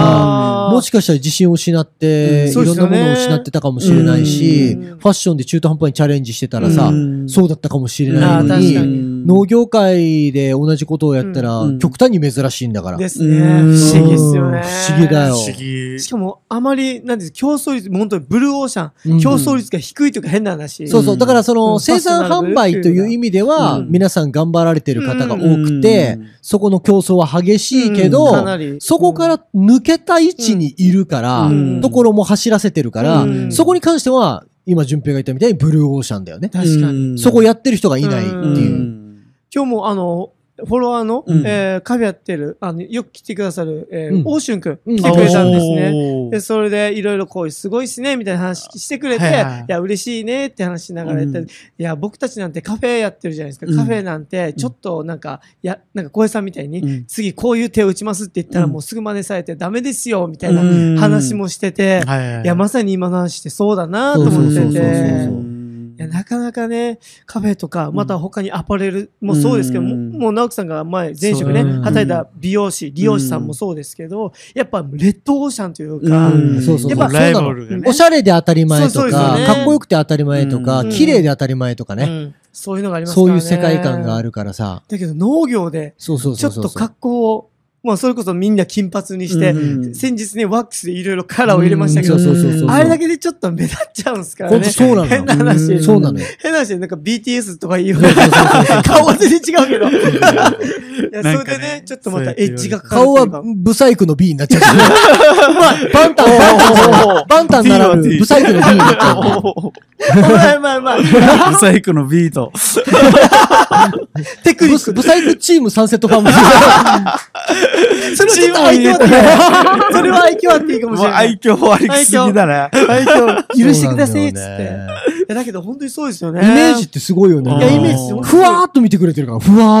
A: あー
B: もしかしたら自信を失って、
C: うん
B: い
A: そうで
B: ろん
A: す
B: な
A: よね
B: ものを失ってたかもしれないし、
A: うん
B: ファッションで中途半端にチャレンジしてたらさ、
C: うん
B: そうだったかもしれ
A: あ
B: ないの
A: ー確か
B: に、
A: に
B: 農業界で同じことをやったら、
C: うん
B: 極端に珍しいんだから。
A: ですね。
C: うん
A: 不思議っすよね。
B: うん不思議だよ
C: 不思議
A: しかも、あまり、なんです競争率、本当にブルーオーシャ
B: うん
A: ン、競争率が低いとか変な話。
B: そうそうう。
C: ん
B: だからその、
A: うん
B: 生産販売という意味では、
C: うん
B: 皆さん頑張られてる方が多くて、
C: うん
B: そこの競争は激しいけ
A: うん
B: ど、
A: かなり
B: そこから抜けた位置にいるから、
C: うん
B: ところも走らせてるから、
A: うん
B: そこに関しては、今、淳平が言ったみたいにブルーオーシャンだよね。
A: 確かに。
C: うん
B: そこやってる人がいないって
C: うん
B: いう。
A: 今日もあの、フォロワーの、
C: うん
A: えーカフェやってる、あの、よく来てくださる、えー
B: うん
A: オーシュンくん、
B: うん
A: 来てくれたんですね。
C: おー
A: で、それで、いろいろこう、すごいっすね、みたいな話してくれて、
C: はいいはい
A: や、嬉しいね、って話しながらやったり、
C: う
A: い
C: ん
A: や、僕たちなんてカフェやってるじゃないですか。
C: うん
A: カフェなんて、ちょっとなんか、いや、なんか、小平さんみたいに、
C: うん
A: 次こういう手を打ちますって言ったら
C: うん
A: もうすぐ真似されてダメですよみたいな
C: うん
A: 話もしてて、
C: はいはい
A: いやまさに今の話してそうだなと思っ
B: そう
A: て
B: そうそうそう
A: て
B: そう
A: いやなかなかねカフェとかまた他にアパレルもそうですけど、
C: うん
A: ももう直樹さんが前前職
B: そ
A: ね
B: ううん
A: 働いた美容師理容師さんもそうですけどやっぱレッドオーシャンというか、
C: うん
B: そうそうそう
A: やっぱ
C: ライバルがね
B: おしゃれで当たり前
A: そ
B: と
A: うそう
B: か、
A: ですよね
B: かっこよくて当たり前とか、
A: うん
B: 綺麗で当たり前とか
A: う
B: ね、
A: んそういうのがありますか
B: そ
A: ら
B: う
A: ね
B: いう世界観があるからさ。
A: だけど農業で
B: そうそう
A: ち
B: そ
A: ょ
B: う
A: っ
B: そう。
A: と格好をまあそれこそみんな金髪にして、
C: うん
A: 先日ねワックスでいろいろカラーを入れましたけど、
B: うんそうそうそうそう
A: あれだけでちょっと目立っちゃうんすから
B: 本
A: ね
B: 当。そうなの
A: 変な
B: よ。
A: 話。
C: うん
B: そうなのよ。
A: 変な話で、なんか BTS とか言う顔は全然違うけど。いや、それでね、ちょっとまたエッジがかかる
B: 顔はブサイクの B になっちゃう。バンタン、バンタン、バンタンならぬブサイクの B になっちゃう。
A: まあまあまあ、
C: ブサイクのビート。
A: テクニッ
B: ブ
A: ク。
B: ブサイクチームサンセットファンム。
A: それはちょっと愛嬌あっていいねそれは愛嬌あっていいかもし
C: もう
A: れない。
C: 愛嬌ありすぎだね。
A: 愛嬌、許してください、つ
B: そう
A: っ
B: なん
A: て。
B: だよ
A: い
B: ね
A: や、だけど本当にそうですよね。
B: イメージってすごいよね。
C: い
A: やイメージ本当に
B: ふわーっと見てくれてるから、ふわー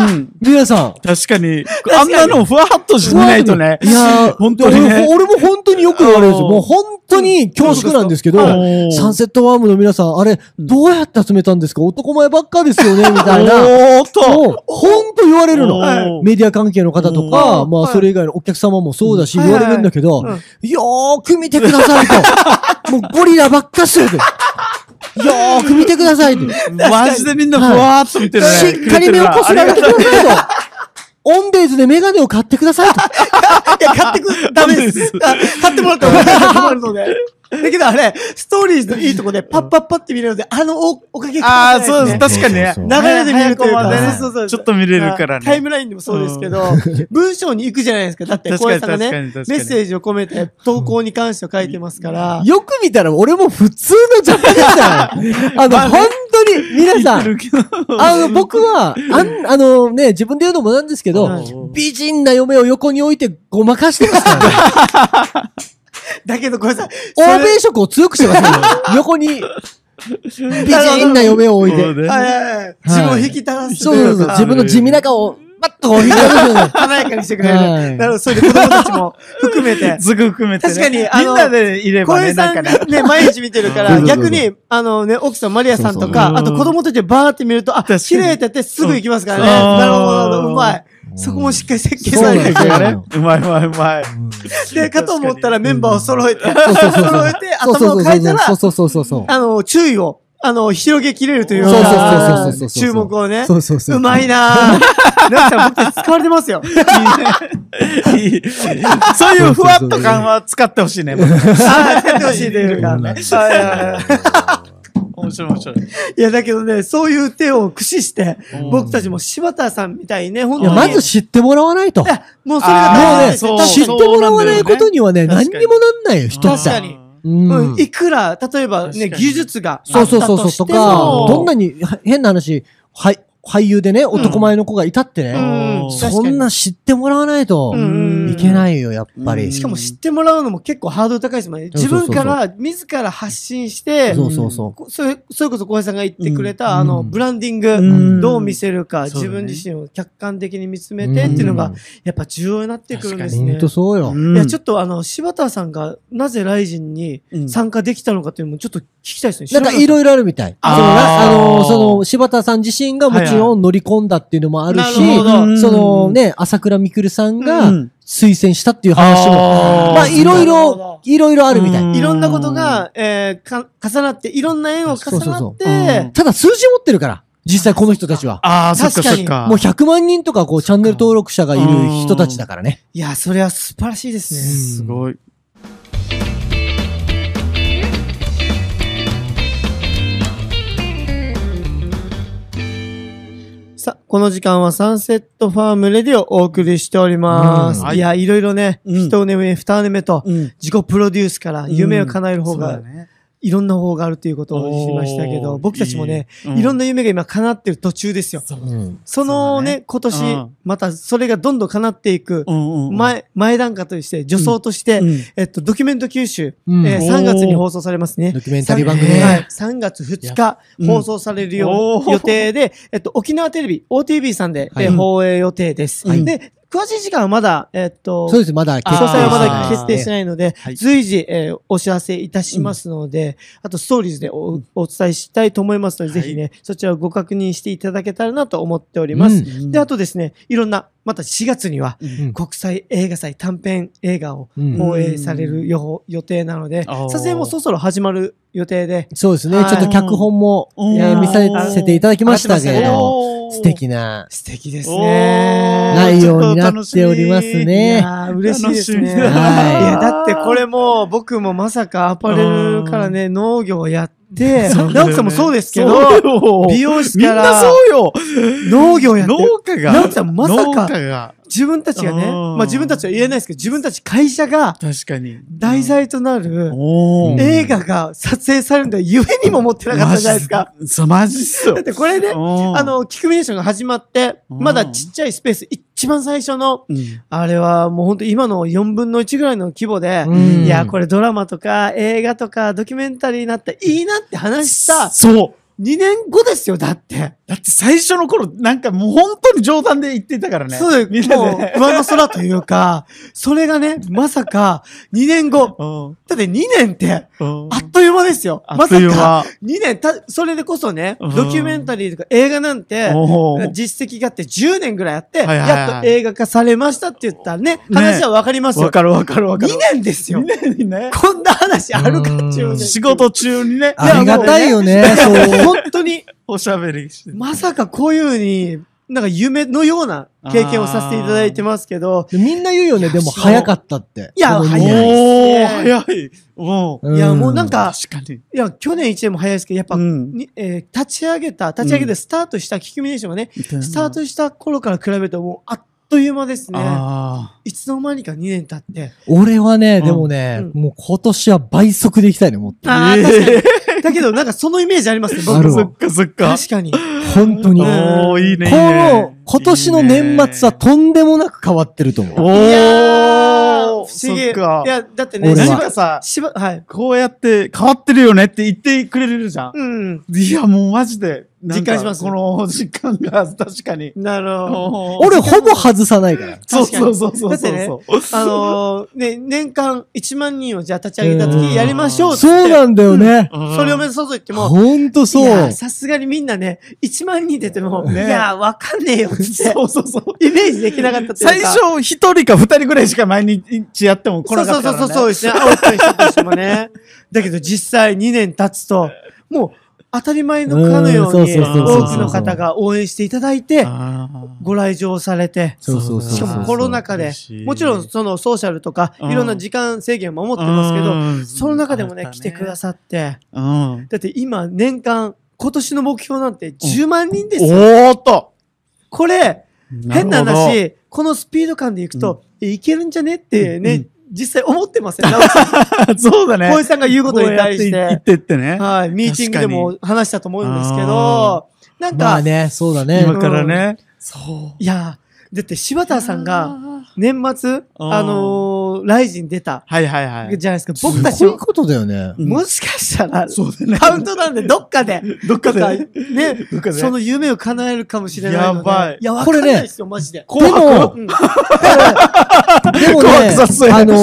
B: っと。
C: うん。
B: 皆さん。
C: 確かに、あんなのふわっとしないとね。
B: いやー
C: 本当にね
B: 俺も俺も本当によく言われるんですよ。
C: あー
B: もう本当に恐縮なんですけど、
C: そうですか
B: サンセットワームの皆さん、あれ、どうやって集めたんですか男前ばっかですよね、みたいな。
C: おーっと。
B: もう、ほんと言われる
C: お
B: の。
C: ー
B: メディア関係の方とか、
A: うん
B: まあ、
A: はい
B: それ以外のお客様もそうだし、
A: うん
B: 言われるんだけど、
A: はいはい
B: よーく見てください と。もう、ゴリラばっかっすよと。よーく見てくださいと。し
C: マジでみんなふわっと見てるね。
B: っかり目をこすられてくださいと。オンデーズでメガネを買ってくださいと。
A: いや、買ってく、ダメです。あ買ってもらったら困るので。だけどあれ、ストーリーズのいいとこでパッパッパって見れるので、あのおおかげ
C: あ
A: か
C: あ、
A: もしれ
C: そう
A: な
C: で
A: い
C: す。
A: ね
C: 確かにね。
D: そうそう
A: 流れで見るというか、
C: 早駒でね
A: そうそうそう
C: ちょっと見れるからね
A: タイムラインでもそうですけど、文章に行くじゃないですか。だって、
C: 確
A: 小
C: かに
A: 林さんがね、
C: 確か
A: メ
C: に確かに
A: ッセージを込めて投稿に関しては書いてますから、
B: よく見たら俺も普通のジャパニーズだよ。あの、本当に、皆 さん、あの、僕は、あん、あのね、自分で言うのもなんですけ
A: は
B: ど、
A: い
B: 美人な嫁を横に置いてごまかしてますからね。
A: だけど小林さん、
B: 欧米色を強くしてますからね横に、美人な嫁を置いて。
C: て
A: はいはいはい自分を引き立たせて
B: そ
A: と
B: う
A: い
B: そう
A: か、
B: うそう。自分の地味な顔を、バッとこう引いてくれるのね
A: 華やかにしてくれる。
B: はい
A: なるほど、それで子供たちも含め て。
C: ずく含めてね。
A: 確かにあ
C: み
A: の
C: んなでいれ
A: 小
C: ばね、
A: 平
C: な
A: さ
C: ん
A: ん
C: かね。
A: ね、毎日見てるか
D: う
A: ら、
D: ん
A: 逆に、あのね、奥さん、マリアさんとか、
C: そうそう
A: あと子供たちバーって見ると、あ、
C: 確かに
A: 綺麗ってやってすぐ行きますからね。
C: うん
A: なるほどなるほど、うまい。
D: うん
A: そこもしっかり設計
B: そう
A: され
B: な
A: てる
B: んで。すよね。
C: うまいうまいうまい。
A: で、かと思ったらメンバーを揃えて、
B: そうそうそうそう
A: 揃えて、頭を変えたら
B: そう、そうそうそうそう。
A: あの、注意を、あの、広げきれるというか
B: そうそうそうそうそうそう
A: 注目をね。
B: そうそうそう。
A: うまいな ぁ。なんか僕使われてますよ。
C: いいそう いうふわっと感は使ってほしいね。
A: ああ、使ってほしいというか。はいはいはい
C: 面白い面白い。
A: いや、だけどね、そういう手を駆使して
C: うん、
A: 僕たちも柴田さんみたいにね、本
B: い
A: 当
B: や、
A: に。
B: まず
A: い
B: 知ってもらわないと。
A: や、もうそれが大事
B: も
C: あー
B: う
A: で
B: ね、
A: す
C: そう
A: よ。
B: 知ってもらわないことにはね、
C: そうなん
B: 何
C: だよ
B: に
C: ね
B: もなんないよ、一つ
A: 確か
B: は。
A: に
B: う
A: うん
B: ん
A: いくら、例えばね、
C: 確かに
A: 技術があ
B: そう
A: った
B: そうそ
A: と
B: うそう、と
A: して
B: か
A: も、、
B: どんなには変な話、はい俳優でね、男前の子がいたってね、
A: うん、
B: そんな知ってもらわないと
A: う、ん
B: いけないよ、やっぱり。
A: しかも知ってもらうのも結構ハードル高いですもんね。
B: そうそ
A: 自
B: うそ
A: 分
B: う
A: から、自ら発信して、
B: そうそうそ
A: こそれそれこそ小林さんが言ってくれた、
B: うん
A: あの、
B: うん
A: ブランディン
C: ん
A: グ、どう見せるか、
C: そうだ
A: 自
C: ね
A: 分自身を客観的に見つ
B: う。
A: めてっていうのが
B: ん、、
A: やっぱ重要になってくるんです
B: ほん
A: ね
B: と。そうよ。
A: いや、ちょっとあの、柴田さんがなぜライジンに
C: うん
A: 参加できたのかというのもちょっと聞きたいですね。
B: なんかいろいろあるみたい。そ
C: あー
B: のなあの、その、柴田さん自身がもちろん乗り込んだっていうのもあるし
A: なるほ、ど
B: その、ね、朝倉未来さんが
C: うん
B: 推薦したっていう話
C: あ
B: も、
C: ー
B: まあいろ
A: な
B: い
A: るほど
B: ろ、いろいろあるみたい。
C: うん
A: いろんなことが、えーか、重なって、いろんな縁を重
B: そうそう
A: な
B: そ
A: っ
B: う
A: て、
B: ただ数字持ってるから、実際この人たちは。
C: ああ、そっか
A: 確か
C: そっ
A: に
C: か。
B: もう100万人とかこうチャンネル登録者がいる人たちだからね。
A: いや、それは素晴らしいですね。
C: すごい。
A: さあ、この時間はサンセットファームレディをお送りしております。
C: うんはい
A: いや、いろいろね、
C: うん
A: 一目目、二目目と、
C: うん。
A: 自己プロデュースから夢を叶える方が、
C: ね。
A: いろんな方があるということを知りましたけど、僕たちもね、いろん
C: な。
A: な夢が今叶ってる途中ですよ。
B: うん
A: そのね、
C: そうだ
A: 今年、
C: うん
A: またそれがどんどん叶っていく、
C: うんうん。
A: 前、前段階として、助走として、
C: うん、
A: えっと、ドキュメント九州、
B: うん
A: えー3月に放送されますね
B: ド。キュメンタリー番組
C: えー
A: は
B: ね。
A: い、3月2日放送されるよ
C: お
A: う
C: ー
A: 予定で、えっと、沖縄テレビ、OTV さんで、
B: はい
A: えー放映予定です。
C: はい
A: で、詳しい時間はまだ、えっと、
B: そうです、まだ
A: 詳
B: 決定
A: 細はまだ
C: あー
A: 決定してないので
C: は、い
A: 随時、えーお知らせいたしますので、あとストーリーズでおお伝えしたいと思いますので、
C: はい
A: ぜひね、そちらをご確認していただけたらなと思っております。
B: うん
A: で、あとですね、いろんな、また4月には、
B: うん
A: 国際映画祭短編映画を
B: うん
A: 放映される予報予定なので、
C: あー
A: 撮影もそろそろ始まる予定で、
B: そうです
A: は
B: ね。
A: い
B: ちょっと脚本も
C: うん
B: えー見させていただきましたけれど、
C: おー
B: 素敵な
A: 素敵です
C: おー
A: ね。
B: 内容になっております
A: い
B: ね。
A: やー嬉しいですね。
C: 楽しみだ
B: はい
A: いや、だってこれも、僕もまさかアパレルからね、農業をやって、
C: そうだよね
A: 直樹さんもそうですけ
C: そう
A: ど、
C: よ
A: 美容師
C: みん
A: か
C: な
A: ら
C: そうよ
A: 農業やってる。
C: 農家が。
A: 直樹さんまさか
C: 農家が。
A: 自分たちがね、
C: うん
A: まあ自分たちは言えないですけど、自分たち会社が
C: 確かに。
A: 題材となる
C: おー。
A: 映画が撮影されるんだ夢にも思ってなかったじゃないですか。
C: マジ。そうマジっすよ
A: だっ。てこれね、あ
C: あ、
A: の、キクミネーションが始まって、
C: うん
A: まだちっちゃいスペース、一番最初の、
C: うん
A: あれはもう本当今の4分の1ぐらいの規模で、
B: うん
A: いや、これドラマとか映画とかドキュメンタリーになったらいいなって話した
C: そう。
A: 2年後ですよ、だって。
C: だって最初の頃、なんかもう本当に冗談で言ってたからね。
A: そう
C: みん
A: もう
C: なで。
A: 上の空というか、それがね、まさか2年後。
C: うん
A: だって2年って、
C: うん
A: あっという間ですよ。
C: あっという
A: まさか
C: 間。
A: 2年た、それでこそね、
C: うん
A: ドキュメンタリーとか映画なんて、
C: おー
A: 実績があって10年ぐらいあって、
C: はいはいはい
A: やっと映画化されましたって言ったらね、話はわかりますよ。
C: わかるわかるわかる
A: 2。年ですよ
C: みん。なにね、
A: こんな話あるかっていうね
C: 仕事中にね、
B: ありがたいよね。そう。
A: 本当に、
C: おしゃべりして。
A: まさかこういう風になんか夢のような経験をさせていただいてますけど、
B: みんな言うよね、でも
C: そう
B: 早かったって。
A: いや
B: 子供
A: 早い
C: おー、早い。もう。
A: いや、もうなん、か、
C: 確かに。
A: いや、去年一年も早いですけど、やっぱ、
C: ん。
A: にえー立ち上げた、立ち上げてスタートした、キキミネーションがね、スタートした頃から比べるともうあっという間ですね。
C: あ
A: いつの間にか2年経って。
B: 俺はね、でもね、
A: う
B: もう今年は倍速でいきたいね、もっと。
A: あ
C: え
A: ー確
C: ー
A: かにだけど、なんかそのイメージありますね、
B: あ
A: 僕
B: る
C: あ。
B: わ
C: そっかそっか。
A: 確かに。
B: 本当に。
A: う
B: こ
A: ん
C: おー、いいね。
B: の、今年の年末はとんでもなく変わってると思う。
C: お
A: いやー不
C: ー、
A: 思議。
C: そっか
A: いや、だってね、
B: 俺は
A: し
C: 何
A: ば
C: かさ、
A: しば、はい。
C: こうやって変わってるよねって言ってくれるじゃん。
A: うん。
C: いや、もうマジで。なんか
A: 実感します
C: この実感が確かに。
A: なるほど。
C: 俺、
B: 俺ほぼ外さないから。
C: そうそうそうそう
A: 確か
C: そう。
A: にあのー、ね、年間1万人をじゃあ立ち上げた
B: うん
A: 時やりましょうって。
B: そうなんだよね。
C: うん
A: それを目指そうと言っても、
B: ほんと
A: い
B: そ
A: や
B: う。
A: さすがにみんなね、1万人出ても、
C: ね
A: いや、わかんねえよって言っ
C: そうそうそう。
A: て、イメージできなかったっていうか
C: 最初、一人か二人ぐらいしか毎日やっても来
A: そう
C: な
A: そ
C: か
A: う
C: っ
A: そう
C: たか
A: そ
C: ら、
A: うそ
C: ね。
A: うですね。青人人としてもね。だけど実際2年経つと、もう当たり前のかのよう
B: うん
A: に
B: そう
C: そうそうそう
A: 多くの方が応援していただいて、
C: あー
A: ご来場されて、
B: そうそうそうそう。
A: しかもコロナ禍で
C: 嬉しい
A: もちろんそのソーシャルとか
C: うん
A: いろんな時間制限を守ってますけど、
C: うん
A: その中でもね
C: あ、った
A: 来てくださって、
C: うん。
A: だって今年間、今年の目標なんて10万人ですよ。
C: おーっと
A: これ、変な
C: るほど
A: 話、このスピード感でいくと、いけるんじゃねって
C: う
A: ね
C: ん、
A: 実際思ってますよ。直樹さん
C: そうだね。
A: 浩一さんが言うことに対して
C: こうやって言ってってね。
A: はい、ミーティングでも話したと思うんですけど、なんか、
B: まあね、そうだね。
C: 今からね。そう。
A: いやー、だって柴田さんが、年末、
C: あー
A: あのー、ライジン出た、
C: はいはいはい。
A: じゃないですか。僕たち
B: すごい
A: も、
B: ことだよね。
C: うん
A: もしかしたら、
C: そうだね。
A: カウントダウンでどっかで、
C: どっかでね。
A: ね、
C: どっかでね
A: その夢を叶えるかもしれないので。
C: やばい
A: いや、わ
B: こ
A: か
B: れ
A: ん
B: ね
A: ないですよ、マジで。
B: でも、
A: うん
B: でもね
C: 怖くさそう、や
B: あの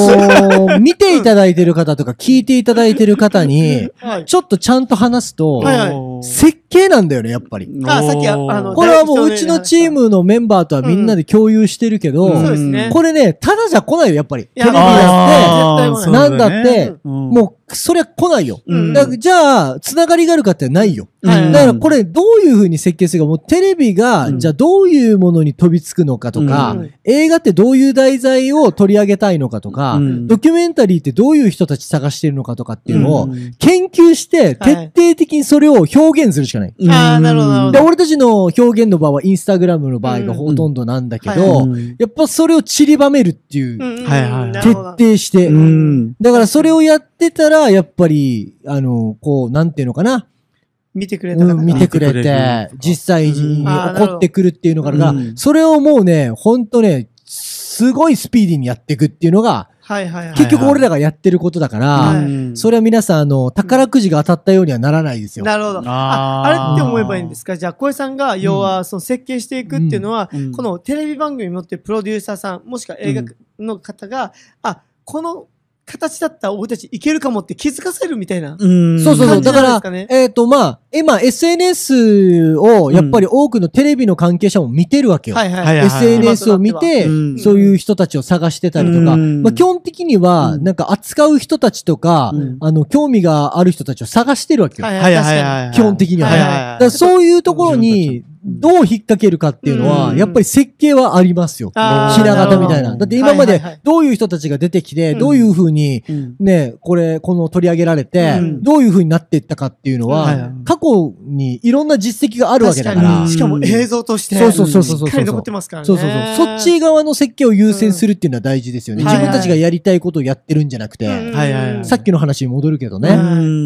B: ー見ていただいてる方とか聞いていただいてる方に、
A: はい。
B: ちょっとちゃんと話すと
A: は、い
B: 設計なんだよね、やっぱり。
A: あさっきああの
B: これはもううちのチームのメンバーとはみんなで共有してるけど、
A: そうですね。
B: これね、ただじゃ来ないよ、やっぱり。テレビだっ
A: あー
C: あー
B: て、
A: そう
B: なんだっ、
A: う
B: て
A: ん、
C: も
B: もう、そりゃ来ないよ。
A: うん
B: だじゃあ、つながりがあるかってないよ。
A: はい
B: だからこれどういう風に設計するか、もうテレビが、
C: うん
B: じゃあどういうものに飛びつくのかとか、
A: うん
B: 映画ってどういう題材を取り上げたいのかとか、
C: うん
B: ドキュメンタリーってどういう人たち探してるのかとかっていうのを、
C: ん
B: 研究して、徹底的にそれを表現するしかない。
A: んあーなるほどなるほ
B: で、
A: ど
B: 俺たちの表現の場はインスタグラムの場合がほとんどなんだけど、
C: うんうん
B: やっぱそれを散りばめるっていう、
A: うんうん
C: はいはい
A: な
B: 徹
A: るほど
B: 底して、
C: うん
B: だからそれをやってたら、やっぱり、あの、こう、なんていうのかな、
A: 見てくれた方
B: う
A: が
B: ん、見てくれ
C: 見てくれ
B: て、実際に
C: うん
A: あーなるほ
B: 起
A: ど
B: こってくるっていうのがあるから、
C: うん
B: それをもうね、ほんとね、すごいスピーディーにやっていくっていうのが、
A: はいはいはい。
B: 結局俺らがやってることだから、
A: はい
C: うん
B: それは皆さん、あの、宝くじが当たったようにはならないですよ。
A: なるほど。あ
C: あー
A: あれって思えばいいんですかじゃあ、小江さんが、要は、その設計していくっていうのは、
C: うん
A: このテレビ番組持ってるプロデューサーさん、もしくは映画の方が、あ、この形だったら俺たちいけるかもって気づかせるみたいな。
C: うん
B: そうそうそ
A: 感
B: う。
A: じ
B: だ
A: な
B: か
A: んで
B: ら
A: す、かね
B: えっ、と、まあ、今、SNS を、やっぱり多くのテレビの関係者も見てるわけよ。
A: はいはい。
C: はいはい
B: SNS を見て、
C: うん
B: そういう人たちを探してたりとか、
C: うん
B: まあ、基本的には、
C: うん
B: なんか扱う人たちとか、
C: うん
B: あの、興味がある人たちを探してるわけよ。
A: はい
C: はいはい
A: 確か
C: はいはい。
B: 基本的にはね。
A: はい
B: だ
A: はい
B: からそういうところに、
C: うん
B: どう引っ掛けるかっていうのは、
A: うん
B: やっぱり設計はありますよ。
A: あ
C: ー
B: ひな形みたい
C: なる
B: な。
C: ほど
B: だって今ま
A: は
B: で
A: いはいはい、
B: どういう人たちが出てきて、
A: うん
B: どういうふうに、
C: うん
B: ね、これ、この取り上げられて、
A: うん
B: どういうふうになっていったかっていうの
A: は
B: は、
A: い
C: はい
B: 過去にいろんな実績があるわけだから、
A: 確
C: うん
A: にしかも映像として、
B: そうそうそうそうそうそう
A: しっかり残ってますからね。
B: そうそうそう。そっち側の設計を優先するっていうのは大事ですよね。
A: うん
B: 自分たちがやりたいことをやってるんじゃなくて、
A: うん
C: はいはいはい
B: さっきの話に戻るけどね。
C: う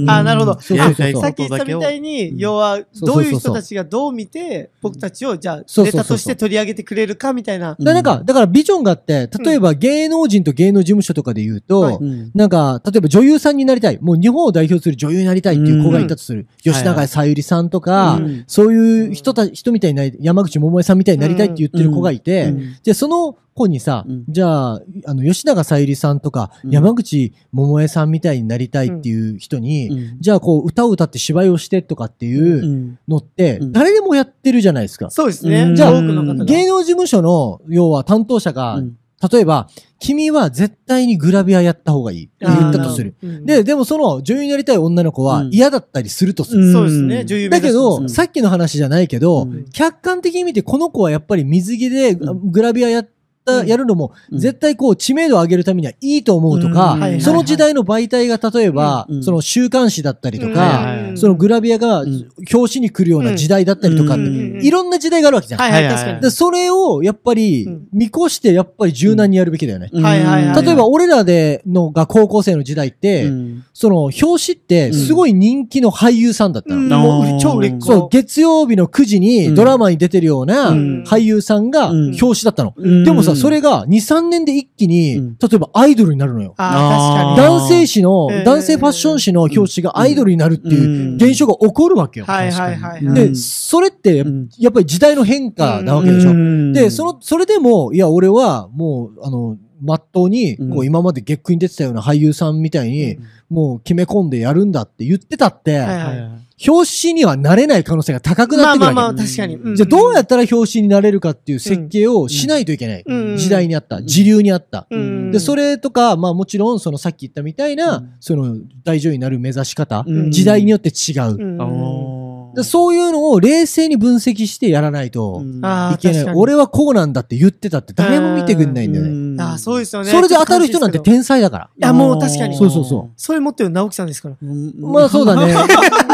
C: ん
A: あーなるほど
B: そうそうそう
A: さっき言ったみたい
B: うん
A: に、要は、どういう人たちがどう見て、僕たちを、じゃあ、
B: そう
A: ネ
B: そうそう
A: タとして取り上げてくれるかみたいな。
B: だからなんか、だからビジョンがあって、例えば芸能人と芸能事務所とかで言うと、
A: はい
C: うん
B: なんか、例えば女優さんになりたい。もう日本を代表する女優になりたいっていう子がいたとする。吉
C: はいは
B: 永
C: い
B: さゆりさんとか、
C: うん
B: そういう人た、人みたいになり、山口百恵さんみたいになりたいって言ってる子がいて、
C: うん
B: じゃあその子にさ、
C: うん
B: じゃあ、あの、吉永さゆりさんとか、
C: うん
B: 山口百恵さんみたいになりたいっていう人に、
C: うん
B: じゃあこう歌を歌って芝居をしてとかっていううんのって
C: うん、
B: 誰でもやってるじゃないですか。
A: そうですね。
C: うん
A: じゃあ、
C: う
A: 多
C: ん
A: くの方が。
B: 芸能事務所の、要は担当者が、
C: うん
B: 例えば、君は絶対にグラビアやった方がいいって言ったとする。
A: うん。
B: で、でもその女優になりたい女の子は
C: うん
B: 嫌だったりするとする。
A: そうですね、女優目
B: だ
A: 指し
B: け
A: てます
B: ど、
C: ん
B: さっきの話じゃないけど、
C: うん
B: 客観的に見てこの子はやっぱり水着で
C: うん
B: グラビアやった、
A: うん
B: やるのも、
C: うん
B: 絶対こう知名度を上げるためにはいいと思うとか、
C: うんはいはい
B: その時代の媒体が例えば、
C: うん
B: その週刊誌だったりと
C: はいはい
B: か、そのグラビアが
C: ん
B: 表紙に来るような時代だったりとかって、
C: うん
B: いろんな時代があるわけじゃん。
A: はいはい、確かに。
B: でそれをやっぱり
A: うん
B: 見越してやっぱり柔軟にやるべきだよね。
C: うん
A: はいはいはい
B: 例えば、俺らでのが高校生の時代って、
C: うん
B: その表紙ってすごい人気の俳優さんだったの。
A: うんもう超売れっ子。
B: そう、月曜日の9時
C: う
B: に
C: ん
B: ドラマに出てるような
C: うん
B: 俳優さんが
C: うん
B: 表紙だったの。
C: うん
B: でもさ、それが2、3年で一気
C: う
B: に
C: ん、
B: 例えばアイドルになるのよ。
A: ああ、確か
C: だ
A: に。
B: 男性誌の
A: えー、
B: 男性ファッション誌の表紙がアイドルになるってい
A: う
B: う
A: ん
B: 現象が起こるわけよ。
A: はいはいはい
C: うん
A: はい。
B: で、それって
C: ん
B: やっぱり時代の変化なわけでしょ。
C: うん
B: で、その、それでも、いや、俺は、もう、あの、まっとうに、
C: うん
B: こう、今まで月9に出てたような俳優さんみたいに、
C: うん
B: もう決め込んでやるんだって言ってたっ
A: は
B: て、
A: い
C: はいはい
B: 表紙にはなれない可能性が高くな
A: ま
B: っ
A: あ
B: てくる
A: ま
B: わ
A: あ
B: け。
A: まあ、確かに。ん
B: じゃあ、どうやったら表紙になれるかっていう設計をしないといけない。
A: うん
B: 時代にあった。時流にあった。
A: うん
B: で、それとか、まあもちろん、そのさっき言ったみたいな、
C: うん
B: その大女優になる目指し方、
A: うん
B: 時代によって違う。
A: うん
C: あ
B: でそういうのを冷静に分析してやらないと
A: あー
B: いけない。
A: 確かに
B: 俺はこうなんだって言ってたって誰も見てくんないんだよね。
C: ね
A: ああ、そう
C: い
A: ですよね。
B: それで当たる人なんて
A: ちょっと悲しいです
B: 天才だから。
A: いやもう確かに
B: そうそうそ
A: けどそれ持ってる直樹さんですから。
C: うん
B: まあそうだね。